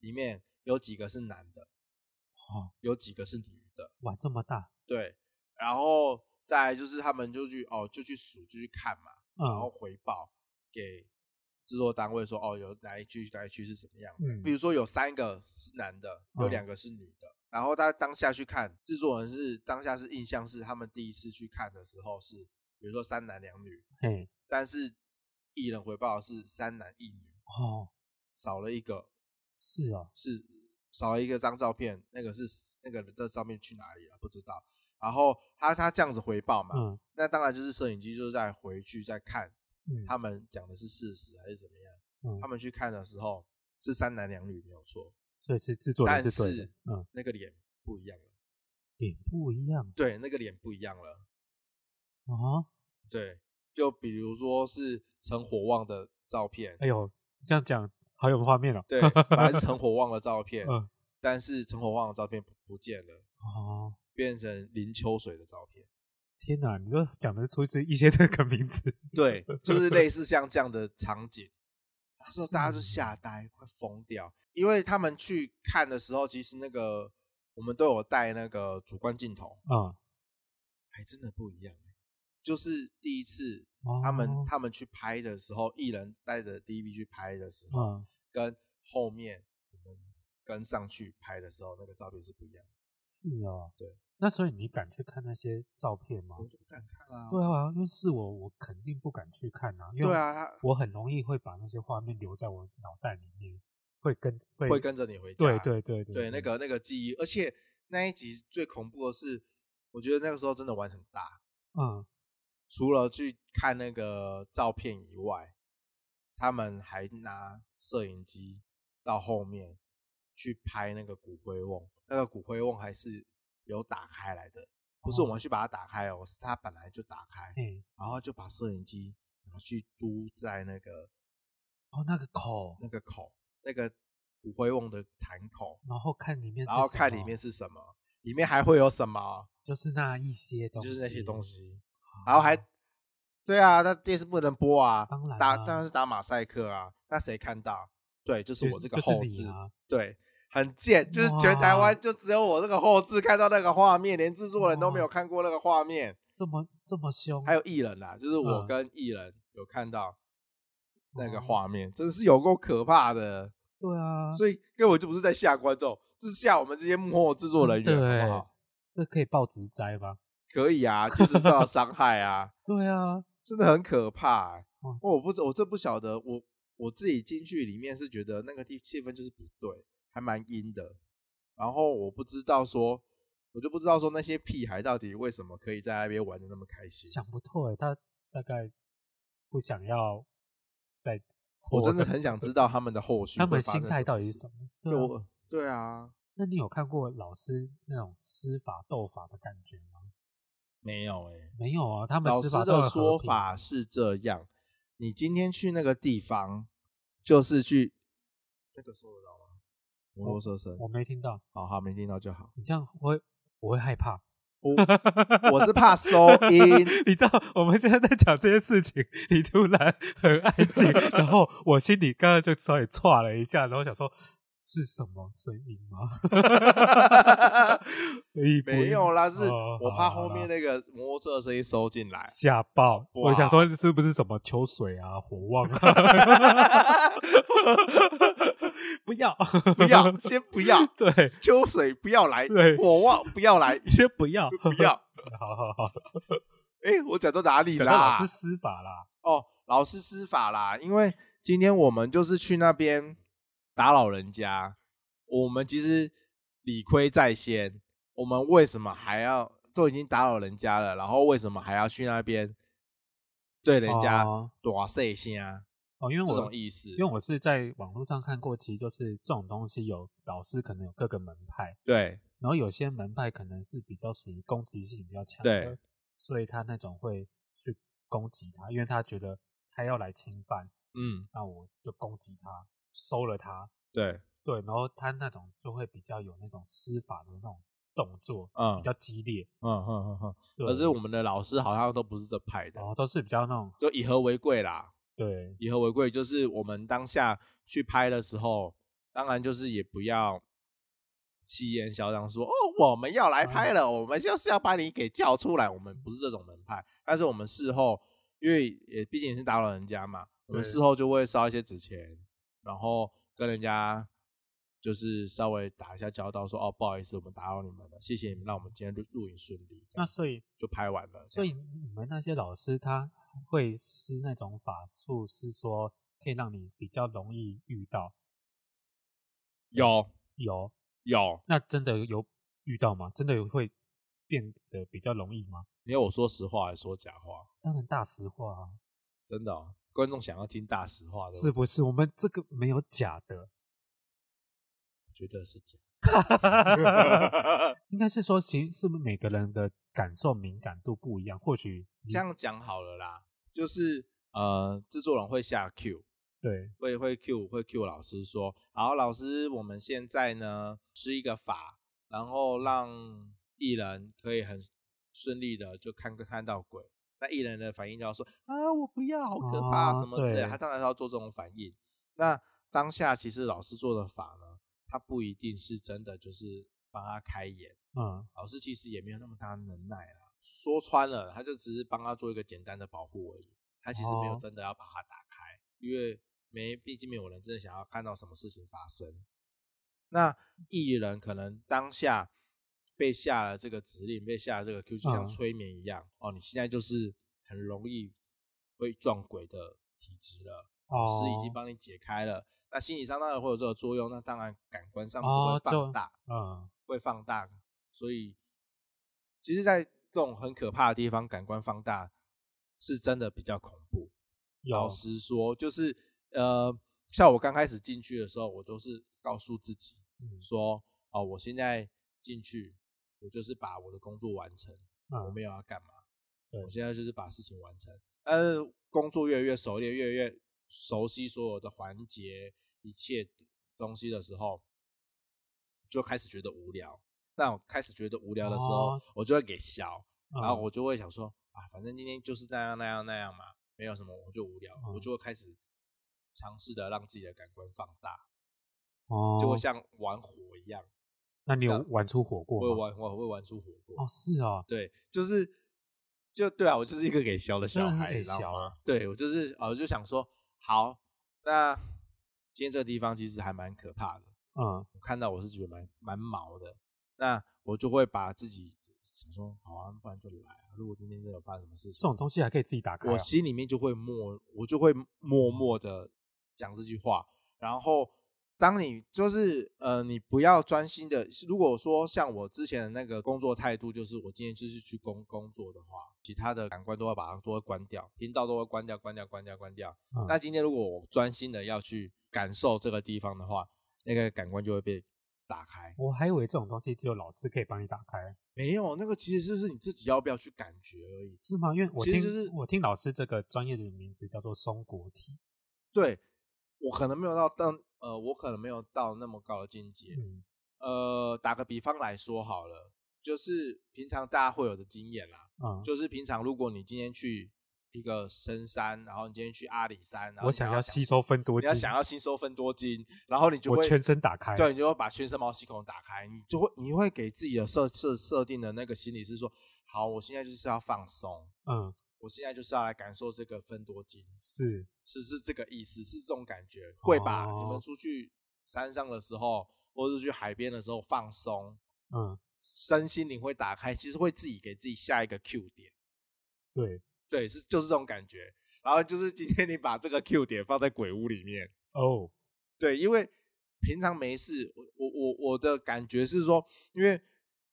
Speaker 2: 里面有几个是男的，
Speaker 1: 哦，
Speaker 2: 有几个是女的，
Speaker 1: 玩这么大，
Speaker 2: 对。然后再来就是他们就去哦，就去数，就去看嘛，然后
Speaker 1: 嗯
Speaker 2: 回报给制作单位说，哦，有哪一区哪一区是怎么样的。比
Speaker 1: 嗯
Speaker 2: 如说有三个是男的，有
Speaker 1: 嗯
Speaker 2: 两个是女的。然后他当下去看，制作人是当下是印象是他们第一次去看的时候是，比如说三男两女，
Speaker 1: 嘿
Speaker 2: 但是艺人回报是三男一女，
Speaker 1: 哦，
Speaker 2: 少了一个
Speaker 1: 是哦，
Speaker 2: 是少了一个张照片，那个是那个这照片去哪里了、不知道。然后他他这样子回报嘛，
Speaker 1: 嗯
Speaker 2: 那当然就是摄影机就是在回去再看
Speaker 1: 嗯，
Speaker 2: 他们讲的是事实还是怎么样。
Speaker 1: 嗯
Speaker 2: 他们去看的时候是三男两女没有错，
Speaker 1: 所以是制作人
Speaker 2: 但
Speaker 1: 是对的
Speaker 2: 是，
Speaker 1: 嗯，
Speaker 2: 那个脸不一样了，
Speaker 1: 脸不一样
Speaker 2: 对，那个脸不一样了，
Speaker 1: 哦，
Speaker 2: 对，就比如说是陈火旺的照片，
Speaker 1: 哎呦，这样讲好有画面哦，
Speaker 2: 对，本来是陈火旺的照片，
Speaker 1: 嗯
Speaker 2: 但是陈火旺的照片不不见了，
Speaker 1: 哦，
Speaker 2: 变成林秋水的照片。
Speaker 1: 天哪，你都讲得出这一些这个名字，
Speaker 2: 对，就是类似像这样的场景，那时候
Speaker 1: 是
Speaker 2: 大家就吓呆，快疯掉。因为他们去看的时候，其实那个我们都有带那个主观镜头，
Speaker 1: 嗯，
Speaker 2: 还真的不一样欸。就是第一次
Speaker 1: 哦
Speaker 2: 他们、他们去拍的时候，艺人带着 DV 去拍的时候，
Speaker 1: 嗯
Speaker 2: 跟后面我们跟上去拍的时候，那个照片是不一样的。
Speaker 1: 是哦，
Speaker 2: 对，
Speaker 1: 那所以你敢去看那些照片吗
Speaker 2: 我？就不敢看啊。
Speaker 1: 对啊，因为是我，我肯定不敢去看啊，因为
Speaker 2: 对啊，他
Speaker 1: 我很容易会把那些画面留在我脑袋里面，会跟会
Speaker 2: 会跟着你回家。啊
Speaker 1: 对对对
Speaker 2: 对，那个那个记忆，而且那一集最恐怖的是，我觉得那个时候真的玩很大，
Speaker 1: 嗯
Speaker 2: 除了去看那个照片以外，他们还拿摄影机到后面去拍那个骨灰瓮，那个骨灰瓮还是有打开来的，不是我们去把它打开哦，是它本来就打开，
Speaker 1: 嘿
Speaker 2: 然后就把摄影机然后去嘟在那个
Speaker 1: 哦那个口，
Speaker 2: 那个口那个骨灰瓮的坛口，
Speaker 1: 然后看里面是
Speaker 2: 然后
Speaker 1: 什
Speaker 2: 看
Speaker 1: 么
Speaker 2: 里面是什么，里面还会有什么，
Speaker 1: 就是那一些东西，
Speaker 2: 就是那些东，西，然后还
Speaker 1: 哦
Speaker 2: 对啊，那电视不能播啊，
Speaker 1: 当然
Speaker 2: 打
Speaker 1: 啊
Speaker 2: 当然是打马赛克啊，那谁看到？对，就是
Speaker 1: 就
Speaker 2: 我
Speaker 1: 是
Speaker 2: 这个
Speaker 1: 就是
Speaker 2: 后
Speaker 1: 你
Speaker 2: 置，
Speaker 1: 啊
Speaker 2: 对，很贱，就是全台
Speaker 1: 哇
Speaker 2: 湾就只有我这个后置看到那个画面，连制作人都没有
Speaker 1: 哇
Speaker 2: 看过那个画面，
Speaker 1: 这么这么凶，
Speaker 2: 还有艺人啦，就是我
Speaker 1: 嗯
Speaker 2: 跟艺人有看到那个
Speaker 1: 哦
Speaker 2: 画面，真是有够可怕的，
Speaker 1: 对啊，
Speaker 2: 所以根本就不是在吓观众，是吓我们这些幕后制作人
Speaker 1: 真的
Speaker 2: 员，
Speaker 1: 欸
Speaker 2: 好不好？
Speaker 1: 这可以报职灾吗？
Speaker 2: 可以啊，就是受到伤害啊。
Speaker 1: 对啊，
Speaker 2: 真的很可怕、欸。
Speaker 1: 嗯
Speaker 2: 哦我不知我这不晓得，我我自己进去里面是觉得那个地气氛就是不对，还蛮阴的。然后我不知道说我就不知道说那些屁孩到底为什么可以在那边玩的那么开心。
Speaker 1: 想不透哎、他大概不想要再，
Speaker 2: 我真的很 想知道他们的后续
Speaker 1: 他
Speaker 2: 会
Speaker 1: 们
Speaker 2: 发生
Speaker 1: 心态到底是
Speaker 2: 么事
Speaker 1: 什么。
Speaker 2: 对
Speaker 1: 对啊
Speaker 2: 我对啊，
Speaker 1: 那你有看过老师那种施法斗法的感觉吗？
Speaker 2: 没有哎、
Speaker 1: 没有啊，他们
Speaker 2: 老
Speaker 1: 施
Speaker 2: 师
Speaker 1: 法都很
Speaker 2: 的
Speaker 1: 和
Speaker 2: 说
Speaker 1: 平
Speaker 2: 法是这样：你今天去那个地方，就是去那个收得到吗？摩
Speaker 1: 我
Speaker 2: 罗色声，
Speaker 1: 我没听到，
Speaker 2: 好好没听到 就好。
Speaker 1: 你这样我会我会害怕。
Speaker 2: 我我是怕收音
Speaker 1: 你知道我们现在在讲这些事情，你突然很安 静，然后我心里刚刚就稍微歘了一下，然后想说是什么声音 吗？咦不
Speaker 2: 没有啦，是
Speaker 1: 哦
Speaker 2: 我
Speaker 1: 好
Speaker 2: 怕
Speaker 1: 啦
Speaker 2: 后
Speaker 1: 好
Speaker 2: 面
Speaker 1: 啦。
Speaker 2: 那个摩托车的声音收进来
Speaker 1: 吓爆！我想
Speaker 2: 哇
Speaker 1: 说是不是什么秋水啊、火旺 啊？不要，
Speaker 2: 不要，先不要，
Speaker 1: 对，
Speaker 2: 秋水不要来
Speaker 1: 对，
Speaker 2: 火旺不要来，
Speaker 1: 先不要，
Speaker 2: 不。要。
Speaker 1: 好好好，
Speaker 2: 哎，我讲到哪里
Speaker 1: 讲到老
Speaker 2: 啦
Speaker 1: 师？施法啦，
Speaker 2: 哦，老师施法啦，因为今天我们就是去那边打扰人家，我们其实理亏在先，我们为什么还要都已经打扰人家了，然后为什么还要去那边对人家
Speaker 1: 哦
Speaker 2: 多塞心啊？
Speaker 1: 哦，因为
Speaker 2: 这
Speaker 1: 我
Speaker 2: 种意思，
Speaker 1: 因为我是在网络上看过，其实就是这种东西有老师可能有各个门派，
Speaker 2: 对
Speaker 1: 然后有些门派可能是比较属于攻击性比较强的
Speaker 2: 对，
Speaker 1: 所以他那种会去攻击他，因为他觉得他要来侵犯，
Speaker 2: 嗯
Speaker 1: 那我就攻击他，收了他，
Speaker 2: 对
Speaker 1: 对，然后他那种就会比较有那种施法的那种动作，
Speaker 2: 嗯
Speaker 1: 比较激烈，
Speaker 2: 嗯嗯嗯嗯，
Speaker 1: 对哦
Speaker 2: 可是我们的老师好像都不是这派的
Speaker 1: 然，后都是比较那种
Speaker 2: 就以和为贵啦。
Speaker 1: 对
Speaker 2: 以和为贵，就是我们当下去拍的时候，当然就是也不要欺言嚣张说哦，我们要
Speaker 1: 嗯
Speaker 2: 来拍了，我们就是要把你给叫出来。我们不是这种门派，但是我们事后，因为也毕竟也是打扰人家嘛，我们
Speaker 1: 对
Speaker 2: 事后就会烧一些纸钱，然后跟人家就是稍微打一下交道说哦，不好意思，我们打扰你们了，谢谢你们让我们今天录录影顺利。这
Speaker 1: 那
Speaker 2: 样
Speaker 1: 所以
Speaker 2: 就拍完了，
Speaker 1: 所以你们那些老师他会施那种法术，是说可以让你比较容易遇到
Speaker 2: 有
Speaker 1: 有？
Speaker 2: 有，
Speaker 1: 那真的有遇到吗？真的有会变得比较容易吗？
Speaker 2: 你要我说实话还是说假话？
Speaker 1: 当然大实
Speaker 2: 啊
Speaker 1: 话
Speaker 2: 真的、哦，观众想要听大实话
Speaker 1: 啊，
Speaker 2: 的，
Speaker 1: 是
Speaker 2: 我
Speaker 1: 不是？我们这个没有假 的，
Speaker 2: 觉得是 假的。
Speaker 1: 应该是说，其实是不是每个人的感受敏感度不一样？或许你
Speaker 2: 这样讲好了啦，就是呃，制作人会下 Q，
Speaker 1: 对
Speaker 2: 会会 Q 会 Q 老师说，好，老师，我们现在呢施一个法，然后让艺人可以很顺利的就看看到鬼。那艺人的反应就要说啊，我不要，好可怕，
Speaker 1: 哦
Speaker 2: 什么之类的，
Speaker 1: 对
Speaker 2: 他当然要做这种反应。那当下其实老师做的法呢，他不一定是真的就是帮他开眼，
Speaker 1: 嗯
Speaker 2: 老师其实也没有那么大的能耐啦。说穿了，他就只是帮他做一个简单的保护而已，他其实没有
Speaker 1: 哦
Speaker 2: 真的要把它打开，因为没，毕竟没有人真的想要看到什么事情发生。那艺人可能当下被下了这个指令，被下了这个 Q，就像
Speaker 1: 嗯
Speaker 2: 催眠一样、哦，你现在就是很容易会撞鬼的体质了，老师已经
Speaker 1: 哦
Speaker 2: 帮你解开了。那心理上当然会有这个作用，那当然感官上面就
Speaker 1: 哦
Speaker 2: 会放
Speaker 1: 就
Speaker 2: 大。
Speaker 1: 嗯
Speaker 2: 会放大，所以其实，在这种很可怕的地方，感官放大是真的比较恐怖。老
Speaker 1: 有
Speaker 2: 实说，就是呃，像我刚开始进去的时候，我都是告诉自己
Speaker 1: 嗯
Speaker 2: 说，哦，我现在进去，我就是把我的工作完成，我
Speaker 1: 嗯
Speaker 2: 没有要干嘛，
Speaker 1: 对
Speaker 2: 我现在就是把事情完成。但是工作越来越熟练，越来越熟悉所有的环节、一切东西的时候，就开始觉得无聊。那我开始觉得无聊的时候，
Speaker 1: 哦
Speaker 2: 我就会给笑，
Speaker 1: 嗯，
Speaker 2: 然后我就会想说啊，反正今天就是那样那样那样嘛，没有什么，我就无聊，我
Speaker 1: 嗯
Speaker 2: 就会开始尝试的让自己的感官放大，
Speaker 1: 哦，
Speaker 2: 就会像玩火一样，
Speaker 1: 那你有玩出火
Speaker 2: 会
Speaker 1: 过吗？
Speaker 2: 玩我会玩出火锅。
Speaker 1: 哦，是哦，
Speaker 2: 对，就是就对啊，我就是一个给削的
Speaker 1: 真
Speaker 2: 小
Speaker 1: 的是
Speaker 2: 孩，
Speaker 1: 给
Speaker 2: 你知道
Speaker 1: 削
Speaker 2: 吗
Speaker 1: 啊？
Speaker 2: 对我就是啊，我就想说，好，那今天这个地方其实还蛮可怕的，
Speaker 1: 嗯
Speaker 2: 我看到我是觉得蛮蛮毛的，那我就会把自己想说，好啊，不然就来啊，如果今天真的有发生什么事情，
Speaker 1: 这种东西还可以自己打开、啊。
Speaker 2: 我心里面就会默，我就会默默的讲这句话，然后当你就是呃，你不要专心的。如果说像我之前的那个工作态度，就是我今天就是去工工作的话，其他的感官都会把它都会关掉，频道都会关掉，关掉，关掉，关掉。
Speaker 1: 嗯
Speaker 2: 那今天如果我专心的要去感受这个地方的话，那个感官就会被打开。
Speaker 1: 我还以为这种东西只有老师可以帮你打开，
Speaker 2: 没有，那个其实就是你自己要不要去感觉而已。
Speaker 1: 是吗？因为我
Speaker 2: 其
Speaker 1: 听
Speaker 2: 实就是
Speaker 1: 我听老师这个专业的名字叫做松果体，
Speaker 2: 对我可能没有到当呃，我可能没有到那么高的境界。
Speaker 1: 嗯
Speaker 2: 呃，打个比方来说好了，就是平常大家会有的经验啦，
Speaker 1: 嗯，
Speaker 2: 就是平常如果你今天去一个深山，然后你今天去阿里山，然后
Speaker 1: 我
Speaker 2: 你想
Speaker 1: 想要吸收分多
Speaker 2: 你要
Speaker 1: 精，
Speaker 2: 想要吸收分多精，然后你就
Speaker 1: 我
Speaker 2: 会
Speaker 1: 全身打开
Speaker 2: 对，你就会把全身毛细孔打开，你就会你会给自己的设设设定的那个心理是说，好，我现在就是要放松，
Speaker 1: 嗯
Speaker 2: 我现在就是要来感受这个分多精，
Speaker 1: 是
Speaker 2: 是是这个意思，是这种感觉，会吧？
Speaker 1: 哦
Speaker 2: 你们出去山上的时候，或者是去海边的时候放松，
Speaker 1: 嗯
Speaker 2: 身心灵会打开，其实会自己给自己下一个 Q 点，
Speaker 1: 对
Speaker 2: 对，是就是这种感觉。然后就是今天你把这个 Q 点放在鬼屋里面，
Speaker 1: 哦
Speaker 2: 对，因为平常没事，我我我我的感觉是说，因为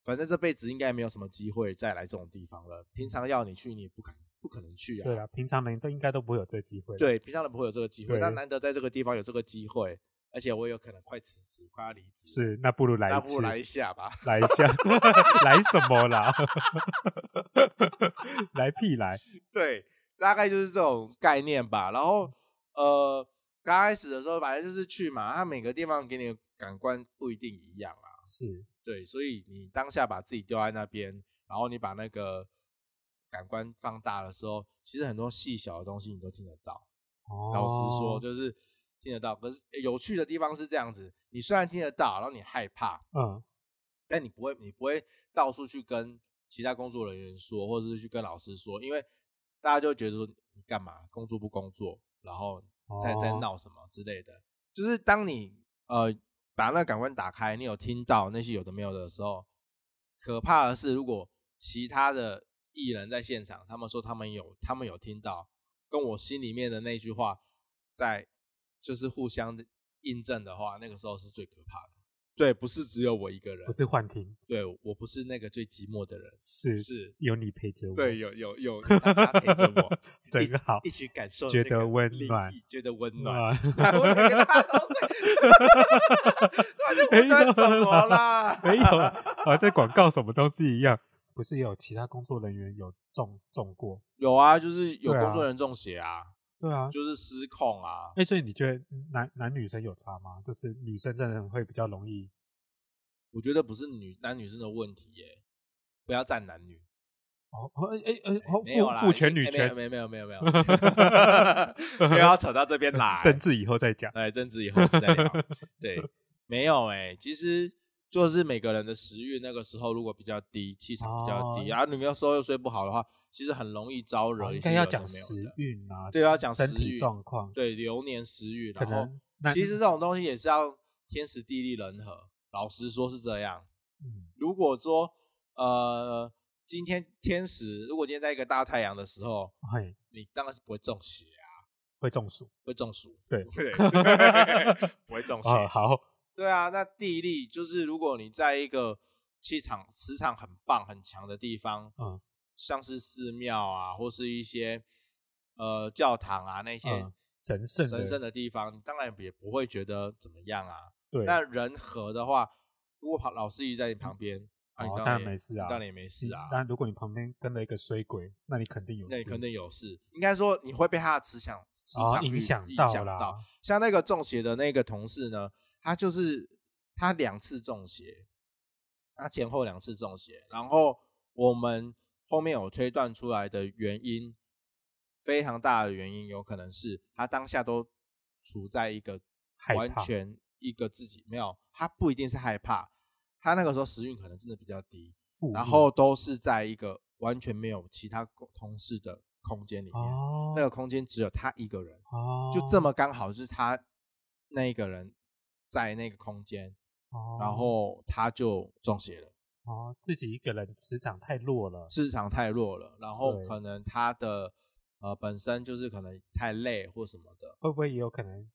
Speaker 2: 反正这辈子应该没有什么机会再来这种地方了，平常要你去你也不敢不可能去啊，
Speaker 1: 对啊，平常人都应该都不会有这个机会，，
Speaker 2: 对，平常人不会有这个机会，
Speaker 1: 对
Speaker 2: 但难得在这个地方有这个机会，而且我有可能快辞职，快要离职，，
Speaker 1: 是那不如来
Speaker 2: 那
Speaker 1: 一
Speaker 2: 不如
Speaker 1: 次，
Speaker 2: 来一下吧。
Speaker 1: 来一下， 来什么啦？ 来屁来，
Speaker 2: 对，大概就是这种概念吧。然后
Speaker 1: 嗯
Speaker 2: 呃，刚开始的时候反正就是去嘛，它每个地方给你的感官不一定一样啊。
Speaker 1: 是
Speaker 2: 对，所以你当下把自己丢在那边，然后你把那个感官放大的时候，其实很多细小的东西你都听得到。
Speaker 1: 哦，
Speaker 2: 老实说，就是听得到。可是有趣的地方是这样子，你虽然听得到，然后你害怕，
Speaker 1: 嗯
Speaker 2: 但你不会，你不会到处去跟其他工作人员说，或者是去跟老师说，因为大家就会觉得说你干嘛工作不工作，然后在在
Speaker 1: 哦
Speaker 2: 闹什么之类的。就是当你呃把那个感官打开，你有听到那些有的没有的时候，可怕的是如果其他的艺人在现场，他们说他们有他们有听到，跟我心里面的那句话在就是互相的印证的话，那个时候是最可怕的。对，不是只有我一个人
Speaker 1: 不，是幻听，
Speaker 2: 对我不是那个最寂寞的人，
Speaker 1: 是
Speaker 2: 是，
Speaker 1: 有你陪着我，，
Speaker 2: 对，，有有有大家陪着我
Speaker 1: 真
Speaker 2: 一起
Speaker 1: 好
Speaker 2: 一起感受
Speaker 1: 觉
Speaker 2: 那个
Speaker 1: 得温
Speaker 2: 利益
Speaker 1: 暖
Speaker 2: 觉得温暖。
Speaker 1: 哇，
Speaker 2: 我每
Speaker 1: 啊
Speaker 2: 个大都
Speaker 1: 没
Speaker 2: 对，到底
Speaker 1: 有
Speaker 2: 在什么啦？
Speaker 1: 没有 啊，在广告什么东西一样，不是也有其他工作人员有中中过？
Speaker 2: 有啊，就是有
Speaker 1: 对啊
Speaker 2: 工作人员中邪啊，
Speaker 1: 对啊，
Speaker 2: 就是失控啊。
Speaker 1: 哎、所以你觉得男男女生有差吗？就是女生真的会比较容易
Speaker 2: 我觉得不是女男女生的问题耶，不要站男女。
Speaker 1: 哦，哦哎哎哎，哦
Speaker 2: 没有啦
Speaker 1: 父父权女
Speaker 2: 哎
Speaker 1: 权，
Speaker 2: 没有没有没有 没 有，没有没有要扯到这边来。
Speaker 1: 政治以后再讲。
Speaker 2: 哎，政治以后我们再聊。对，没有哎、其实就是每个人的食欲那个时候如果比较低，气场比较低，
Speaker 1: 哦
Speaker 2: 然后你那时候又睡不好的话，其实很容易招
Speaker 1: 哦
Speaker 2: 惹一
Speaker 1: 应
Speaker 2: 些
Speaker 1: 该
Speaker 2: 有
Speaker 1: 要
Speaker 2: 的
Speaker 1: 讲
Speaker 2: 没有
Speaker 1: 时
Speaker 2: 的
Speaker 1: 运啊，
Speaker 2: 对，要讲
Speaker 1: 身
Speaker 2: 食
Speaker 1: 体
Speaker 2: 欲
Speaker 1: 状况，
Speaker 2: 对，流年食欲，
Speaker 1: 可
Speaker 2: 然后
Speaker 1: 能那
Speaker 2: 其实这种东西也是要天时地利人和。老实说是这样，
Speaker 1: 嗯
Speaker 2: 如果说呃今天天时，如果今天在一个大太阳的时候，
Speaker 1: 嘿
Speaker 2: 你当然是不会中邪啊，
Speaker 1: 会中暑
Speaker 2: 会中暑，
Speaker 1: 对
Speaker 2: 不会中邪。
Speaker 1: 哦，好，
Speaker 2: 对啊，那地利就是如果你在一个气场磁场很棒很强的地方，
Speaker 1: 嗯，
Speaker 2: 像是寺庙啊，或是一些呃教堂啊那些
Speaker 1: 嗯神圣的
Speaker 2: 神圣的地方，你当然也不会觉得怎么样啊。
Speaker 1: 对，
Speaker 2: 那人和的话，如果老师一直在你旁边，啊，
Speaker 1: 哦
Speaker 2: 你
Speaker 1: 当
Speaker 2: 当
Speaker 1: 然
Speaker 2: 然也
Speaker 1: 没事啊
Speaker 2: 当然也没事啊，
Speaker 1: 但如果你旁边跟了一个衰鬼，那你肯定有事，
Speaker 2: 那你肯定有事。应该说你会被他的磁场磁
Speaker 1: 哦
Speaker 2: 场
Speaker 1: 影
Speaker 2: 域
Speaker 1: 响
Speaker 2: 影
Speaker 1: 到
Speaker 2: 响
Speaker 1: 啦
Speaker 2: 到。像那个中邪的那个同事呢，他就是他两次中邪，他前后两次中邪，然后我们后面有推断出来的原因，非常大的原因有可能是他当下都处在一个
Speaker 1: 害
Speaker 2: 完
Speaker 1: 怕
Speaker 2: 全一个自己没有，他不一定是害怕，他那个时候时运可能真的比较低，
Speaker 1: 负
Speaker 2: 然
Speaker 1: 面
Speaker 2: 后都是在一个完全没有其他共同事的空间里面，
Speaker 1: 哦，
Speaker 2: 那个空间只有他一个人，
Speaker 1: 哦，
Speaker 2: 就这么刚好就是他那一个人在那个空间，
Speaker 1: 哦，
Speaker 2: 然后他就中邪了，
Speaker 1: 哦，自己一个人磁场太弱了，
Speaker 2: 市场太弱了，然后
Speaker 1: 对
Speaker 2: 可能他的呃本身就是可能太累或什么的，
Speaker 1: 会不会也有可能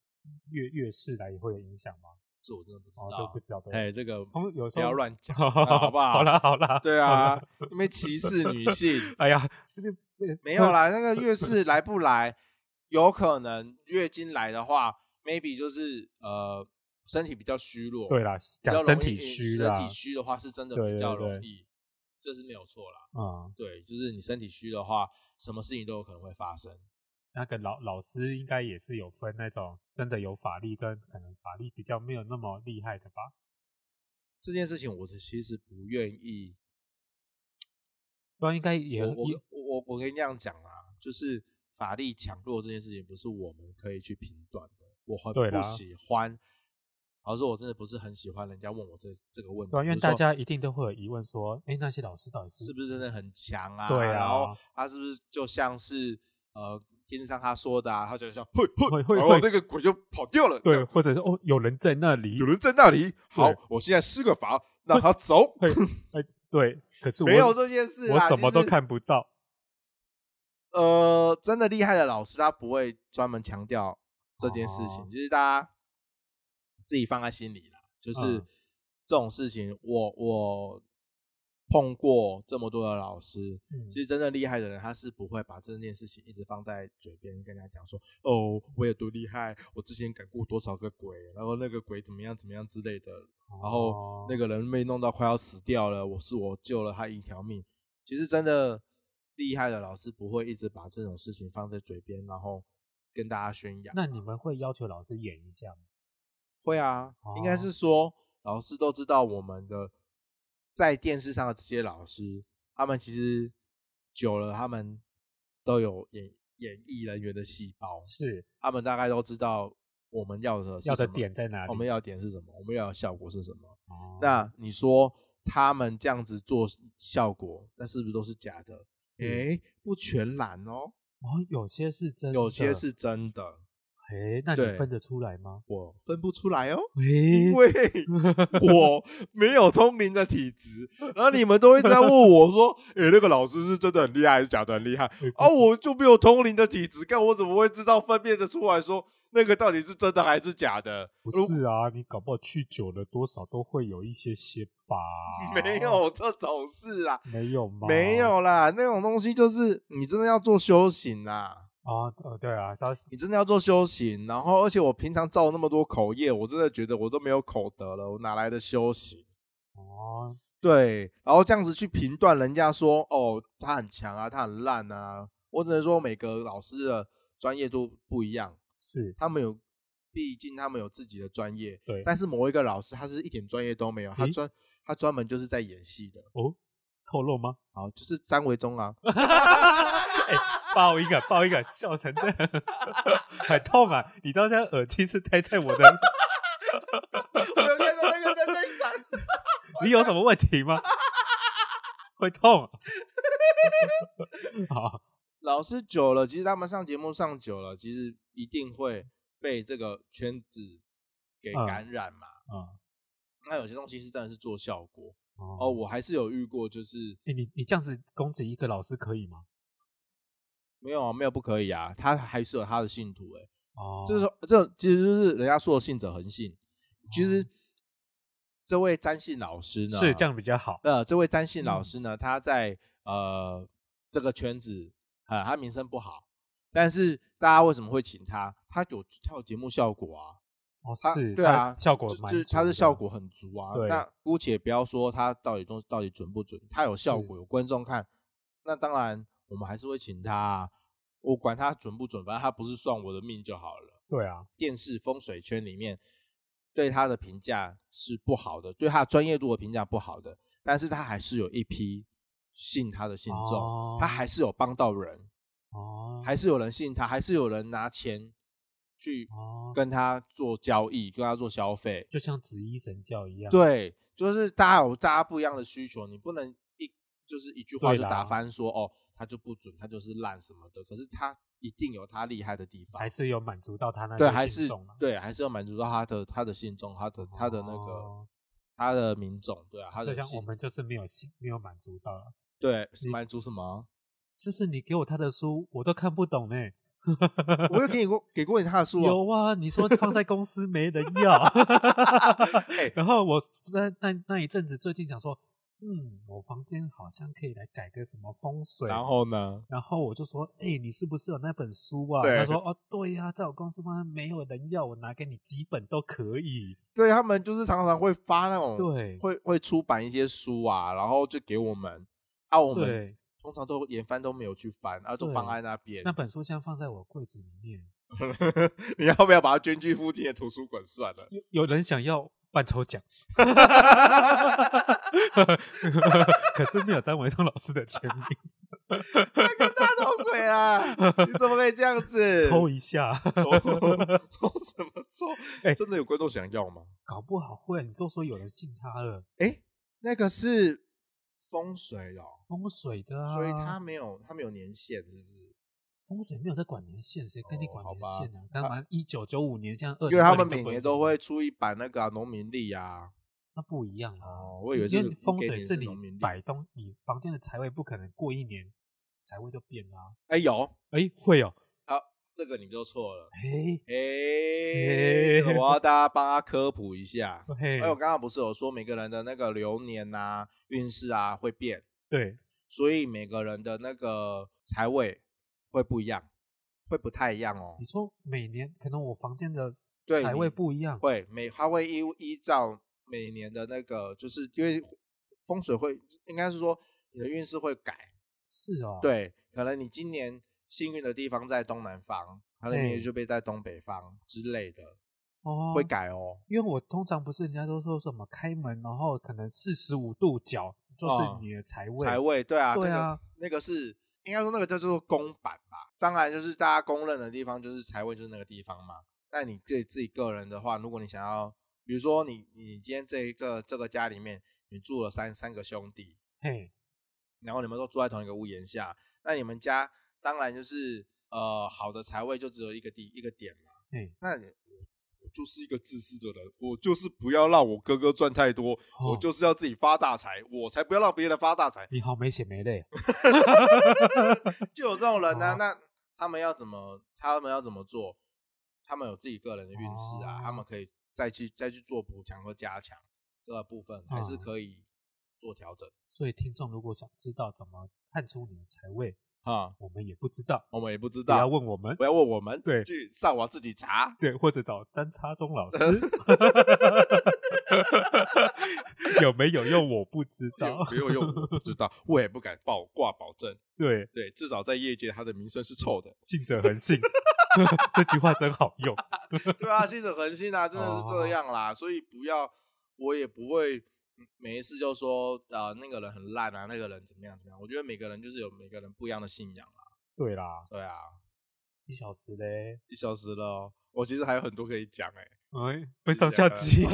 Speaker 1: 月月事来也会有影响吗？
Speaker 2: 这我真的不知
Speaker 1: 哦，就
Speaker 2: 道
Speaker 1: 不。知道对
Speaker 2: 哎，这个
Speaker 1: 通有时
Speaker 2: 不
Speaker 1: 候
Speaker 2: 要乱 讲，
Speaker 1: 好
Speaker 2: 好不好
Speaker 1: 好啦好啦，
Speaker 2: 对
Speaker 1: 好
Speaker 2: 啊
Speaker 1: 啦，，
Speaker 2: 因为歧视女性，
Speaker 1: 哎呀，这个
Speaker 2: 没有，啦，那 个月事来不来，有可能月经来的话，maybe 就是呃身体比较虚弱，
Speaker 1: 这对啦，
Speaker 2: 比较
Speaker 1: 讲
Speaker 2: 容易
Speaker 1: 身体虚
Speaker 2: 身
Speaker 1: 啦，
Speaker 2: 体虚的话是真的
Speaker 1: 对
Speaker 2: 比较
Speaker 1: 对对
Speaker 2: 容易，这是没有错啦。
Speaker 1: 嗯，
Speaker 2: 对，就是你身体虚的话，什么事情都有可能会发生。
Speaker 1: 那个老老师应该也是有分那种真的有法力跟可能法力比较没有那么厉害的吧？
Speaker 2: 这件事情我是其实不愿意，
Speaker 1: 不然应该也
Speaker 2: 我我
Speaker 1: 也
Speaker 2: 我我我跟你这样讲啊，就是法力强弱这件事情不是我们可以去评断的，我很
Speaker 1: 对
Speaker 2: 不
Speaker 1: 啦
Speaker 2: 喜欢。老实说，我真的不是很喜欢人家问我这这个问题，
Speaker 1: 对啊，因为
Speaker 2: 比如说
Speaker 1: 大家一定都会有疑问说，哎，那些老师到底是
Speaker 2: 是不是真的很强啊？
Speaker 1: 对啊
Speaker 2: 然后他是不是就像是呃电视上他说的啊？他就像会会
Speaker 1: 会会
Speaker 2: 然后
Speaker 1: 会
Speaker 2: 那个鬼就跑掉了，这
Speaker 1: 对，
Speaker 2: 样子
Speaker 1: 或者是哦，有人在那里
Speaker 2: 有，人在那里。好
Speaker 1: 对，
Speaker 2: 我现在施个法让他走，
Speaker 1: 会，哎，对，可是我
Speaker 2: 没有这件事啦，
Speaker 1: 我什么
Speaker 2: 就
Speaker 1: 都
Speaker 2: 是
Speaker 1: 看不到，
Speaker 2: 呃，真的厉害的老师，他不会专门强调这件事情，
Speaker 1: 哦
Speaker 2: 就是大家自己放在心里啦。就是
Speaker 1: 嗯
Speaker 2: 这种事情我，我碰过这么多的老师，
Speaker 1: 嗯
Speaker 2: 其实真正厉害的人，他是不会把这件事情一直放在嘴边，跟人家讲说，哦，我有多厉害，我之前赶过多少个鬼，然后那个鬼怎么样怎么样之类的，然后那
Speaker 1: 个
Speaker 2: 个人被弄到快要死掉了，我是我救了他一条命。其实真的厉害的老师不会一直把这种事情放在嘴边，然后跟大家宣扬。
Speaker 1: 那你们会要求老师演一下吗？
Speaker 2: 会啊，应该
Speaker 1: 哦
Speaker 2: 是说老师都知道我们的在电视上的这些老师，他们其实久了，他们都有演演艺人员的细胞，
Speaker 1: 是
Speaker 2: 他们大概都知道我们要的是
Speaker 1: 要的
Speaker 2: 什么
Speaker 1: 点在哪里？
Speaker 2: 我们要的点是什么，我们要的效果是什么。
Speaker 1: 哦
Speaker 2: 那你说他们这样子做效果，那是不是都是假的？
Speaker 1: 是
Speaker 2: 诶，不全然哦，
Speaker 1: 哦，有些是真的，
Speaker 2: 有些是真的，
Speaker 1: 哎，那
Speaker 2: 对
Speaker 1: 你分得出来吗？
Speaker 2: 我分不 出来哦，因
Speaker 1: 因
Speaker 2: 为我没有通灵的体质。然后你们都会在问我说：“诶，那个老师是真的很厉害还是假的很厉害？”啊，我就没有通灵的体质，看我怎么会知道分辨得出来说那个到底是真的还是假的？。
Speaker 1: 不是啊，你搞不好去久了，多少都会有一些些吧哦
Speaker 2: 没，有这种事啊！
Speaker 1: 没有吗？
Speaker 2: 没有啦，那种东西就是你真的要做修行啦，
Speaker 1: 啊，呃，对啊，稍
Speaker 2: 你真的要做修行。然后，而且我平常造那么多口业，我真的觉得我都没有口德了，我哪来的修行？
Speaker 1: 哦，
Speaker 2: 对，然后这样子去评断人家说，哦，他很强啊，他很烂啊，我只能说每个老师的专业都不一样，
Speaker 1: 是
Speaker 2: 他们有，毕竟他们有自己的专业。
Speaker 1: 对
Speaker 2: 但是某一个老师，他是一点专业都没有，他
Speaker 1: 诶
Speaker 2: 专他专门就是在演戏的，
Speaker 1: 哦，透露吗？
Speaker 2: 好，就是张维忠啊。
Speaker 1: 哎，爆一个，爆一个，笑成这样， 很痛啊！你知道现在耳机是戴在我的，
Speaker 2: 我有看到那个在在闪。
Speaker 1: 你有什么问题吗？会痛啊。 哦好，
Speaker 2: 老师久了，其实他们上节目上久了，其实一定会被这个圈子给
Speaker 1: 嗯
Speaker 2: 感染嘛。
Speaker 1: 嗯，
Speaker 2: 那有些东西是真的是做效果哦，
Speaker 1: 哦，
Speaker 2: 我还是有遇过，就是
Speaker 1: 哎，你你这样子攻击一个老师可以吗？
Speaker 2: 没有啊，没有不可以啊，他还是有他的信徒哎、
Speaker 1: 哦，
Speaker 2: 就是说，这其实就是人家说的信者恒信。其实、这位占信老师呢，
Speaker 1: 哦是这样比较好。
Speaker 2: 呃，这位占信老
Speaker 1: 嗯
Speaker 2: 师呢，他在呃这个圈子啊、呃他名声不好，但是大家为什么会请他？他有他有节目效果啊，
Speaker 1: 哦，
Speaker 2: 他
Speaker 1: 是，
Speaker 2: 对
Speaker 1: 它
Speaker 2: 啊，
Speaker 1: 效果
Speaker 2: 就
Speaker 1: 蛮
Speaker 2: 就是
Speaker 1: 足
Speaker 2: 他是
Speaker 1: 的
Speaker 2: 效果很足啊。
Speaker 1: 对
Speaker 2: 那姑且不要说他到底东到底准不准，他有效
Speaker 1: 是
Speaker 2: 果，有观众看，那当然我们还是会请他、啊。我管他准不准，反正他不是算我的命就好了。
Speaker 1: 对啊，
Speaker 2: 电视风水圈里面对他的评价是不好的，对他的专业度的评价不好的，但是他还是有一批信他的信众，
Speaker 1: 哦
Speaker 2: 他还是有帮到人，
Speaker 1: 哦，
Speaker 2: 还是有人信他，还是有人拿钱去
Speaker 1: 哦，
Speaker 2: 跟他做交易，跟他做消费。
Speaker 1: 就像紫衣神教一样，
Speaker 2: 对，啊就是大家有大家不一样的需求，你不能一就是一句话
Speaker 1: 对
Speaker 2: 就
Speaker 1: 啦
Speaker 2: 打翻说哦，他就不准，他就是烂什么的。可是他一定有他厉害的地方，
Speaker 1: 还是有满足到他那
Speaker 2: 对，
Speaker 1: 些
Speaker 2: 还
Speaker 1: 信
Speaker 2: 是
Speaker 1: 众嘛啊
Speaker 2: 对，还是要满足到他的他的信众，他的他的那个、
Speaker 1: 哦
Speaker 2: 他的民众，对啊，他
Speaker 1: 就
Speaker 2: 的
Speaker 1: 像我
Speaker 2: 信
Speaker 1: 们就是没有信，没有满足到了，啊
Speaker 2: 对是
Speaker 1: 你
Speaker 2: 满足什么？
Speaker 1: 就是你给我他的书，我都看不懂呢。
Speaker 2: 我有给你过给过你他的书哦，
Speaker 1: 有啊，你说放在公司没人要，
Speaker 2: 哎
Speaker 1: 然后我那那那一阵子，最近想说，嗯，我房间好像可以来改个什么风水，
Speaker 2: 然后呢？
Speaker 1: 然后我就说，哎、你是不是有那本书啊？
Speaker 2: 对
Speaker 1: 他说，哦，对呀、在我公司放在没有人要，我拿给你几本都可以。
Speaker 2: 对他们就是常常会发那种，
Speaker 1: 对，
Speaker 2: 哦会会出版一些书啊，然后就给我们，啊，我们
Speaker 1: 对，
Speaker 2: 通常都连翻都没有去翻，啊，就
Speaker 1: 对
Speaker 2: 放在那边
Speaker 1: 那。本书现在放在我柜子里面，
Speaker 2: 你要不要把它捐去附近的图书馆算 了？
Speaker 1: 有有人想要办抽 奖，可是没有张维忠老师的签名，
Speaker 2: 大头鬼啊！ 你怎么可以这样 子？
Speaker 1: 抽一 下。
Speaker 2: 抽抽什么抽？
Speaker 1: 哎
Speaker 2: 真的有观众想要吗？
Speaker 1: 搞不好会，你都说有人信他了，
Speaker 2: 那个是风水哦，
Speaker 1: 风水的啊，
Speaker 2: 所以他没有他没有年限，是不是？
Speaker 1: 风水没有在管年限，谁跟你管
Speaker 2: 哦好
Speaker 1: 年
Speaker 2: 吧
Speaker 1: 限啊？干嘛一九九五年这样，
Speaker 2: 因为他们
Speaker 1: 2020
Speaker 2: 每年都会，出一版那个啊农民历啊。
Speaker 1: 那不一样啊。
Speaker 2: 哦，我以为
Speaker 1: 因
Speaker 2: 是
Speaker 1: 为风
Speaker 2: 给
Speaker 1: 水
Speaker 2: 你
Speaker 1: 是
Speaker 2: 是
Speaker 1: 你
Speaker 2: 农民历。
Speaker 1: 摆东，你房间的财位不可能过一年财位就变啦、啊。
Speaker 2: 哎，有
Speaker 1: 哎，会哦，
Speaker 2: 这个你就错了。
Speaker 1: 哎，
Speaker 2: 哎，
Speaker 1: 哎
Speaker 2: 这个我要大家帮他科普一下。
Speaker 1: 嘿
Speaker 2: 哎，我刚刚不是有说每个人的那个流年啊、运势啊会变，
Speaker 1: 对，
Speaker 2: 所以每个人的那个财位会不一样，会不太一样哦
Speaker 1: 你。说每年可能我房间的
Speaker 2: 对
Speaker 1: 财位
Speaker 2: 你
Speaker 1: 不一样，
Speaker 2: 会每它会依依照每年的那个，就是因为风水会，应该是说你的运势会改。
Speaker 1: 是哦，，
Speaker 2: 对，可能你今年幸运的地方在东南方，可能
Speaker 1: 嗯
Speaker 2: 明年就被在东北方之类的，
Speaker 1: 哦，
Speaker 2: 会。改哦。
Speaker 1: 因为我通常不是人家都说什么开门，然后可能四十五度角就是
Speaker 2: 哦
Speaker 1: 你的财位，
Speaker 2: 财位，对啊，
Speaker 1: 对
Speaker 2: 那个
Speaker 1: 啊，
Speaker 2: 那个是应该说那个叫做公版吧。当然，就是大家公认的地方，就是财位就是那个地方嘛。那你对自己个人的话，如果你想要，比如说你你今天这一个这个家里面，你住了三三个兄弟，
Speaker 1: 嘿，
Speaker 2: 然后你们都住在同一个屋檐下，那你们家当然就是呃好的财位就只有一个地一个点嘛。
Speaker 1: 嗯，
Speaker 2: 那你我就是一个自私的人，我就是不要让我哥哥赚太多，
Speaker 1: 哦
Speaker 2: 我就是要自己发大财，我才不要让别人发大财。
Speaker 1: 你好没血没泪，
Speaker 2: 就有这种人呢、
Speaker 1: 哦
Speaker 2: 那他们要怎么？他们要怎么做？他们有自己个人的运势啊，
Speaker 1: 哦
Speaker 2: 他们可以再去再去做补强和加强这个部分，还是
Speaker 1: 嗯
Speaker 2: 可以做调整
Speaker 1: 所以听众如果想知道怎么看出你的财位，
Speaker 2: 啊、
Speaker 1: 我们也不知道，
Speaker 2: 我们也不知
Speaker 1: 不要
Speaker 2: 道，
Speaker 1: 问我们
Speaker 2: 不，要问我们，
Speaker 1: 对
Speaker 2: 去上网自己查。
Speaker 1: 对，或者找詹插中老 师，有没有用我不知
Speaker 2: 有
Speaker 1: 道，
Speaker 2: 没有用？我不知道，我也不敢报挂保证。
Speaker 1: 对，
Speaker 2: 对，至少在业界，他的名声是臭的。
Speaker 1: 信者恒信， 这句话真好用，
Speaker 2: 对啊，信者恒信啊，真的是这样啦。所以不要，我也不会每一次就说啊、呃那个人很烂啊，那个人怎么样怎么样。我觉得每个人就是有每个人不一样的信仰啦。
Speaker 1: 对啦，
Speaker 2: 对啊，
Speaker 1: 一小时嘞，
Speaker 2: 一小时了哦、我其实还有很多可以讲哎、
Speaker 1: 哎，分上下集。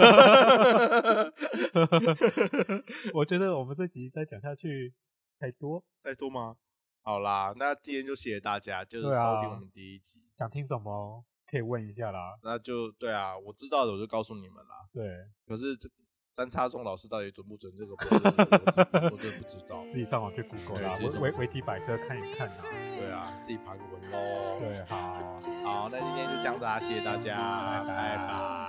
Speaker 1: 我觉得我们这集再讲下去太多，
Speaker 2: 太多吗？好啦，那今天就谢谢大家，就是
Speaker 1: 对啊
Speaker 2: 收听我们第一集。
Speaker 1: 想听什么可以问一下啦。
Speaker 2: 那就对啊，我知道的我就告诉你们啦。
Speaker 1: 对，
Speaker 2: 可是这三叉钟老师到底准不准这个我真的，我真的我真的不知道。
Speaker 1: 自己上网去 Google 啦，
Speaker 2: 对自己上
Speaker 1: 维维维基百科看一看啊。
Speaker 2: 对啊，自己爬个文喽。
Speaker 1: 对，好。
Speaker 2: 好，那今天就这样子啊，谢谢大家，
Speaker 1: 拜拜
Speaker 2: 拜拜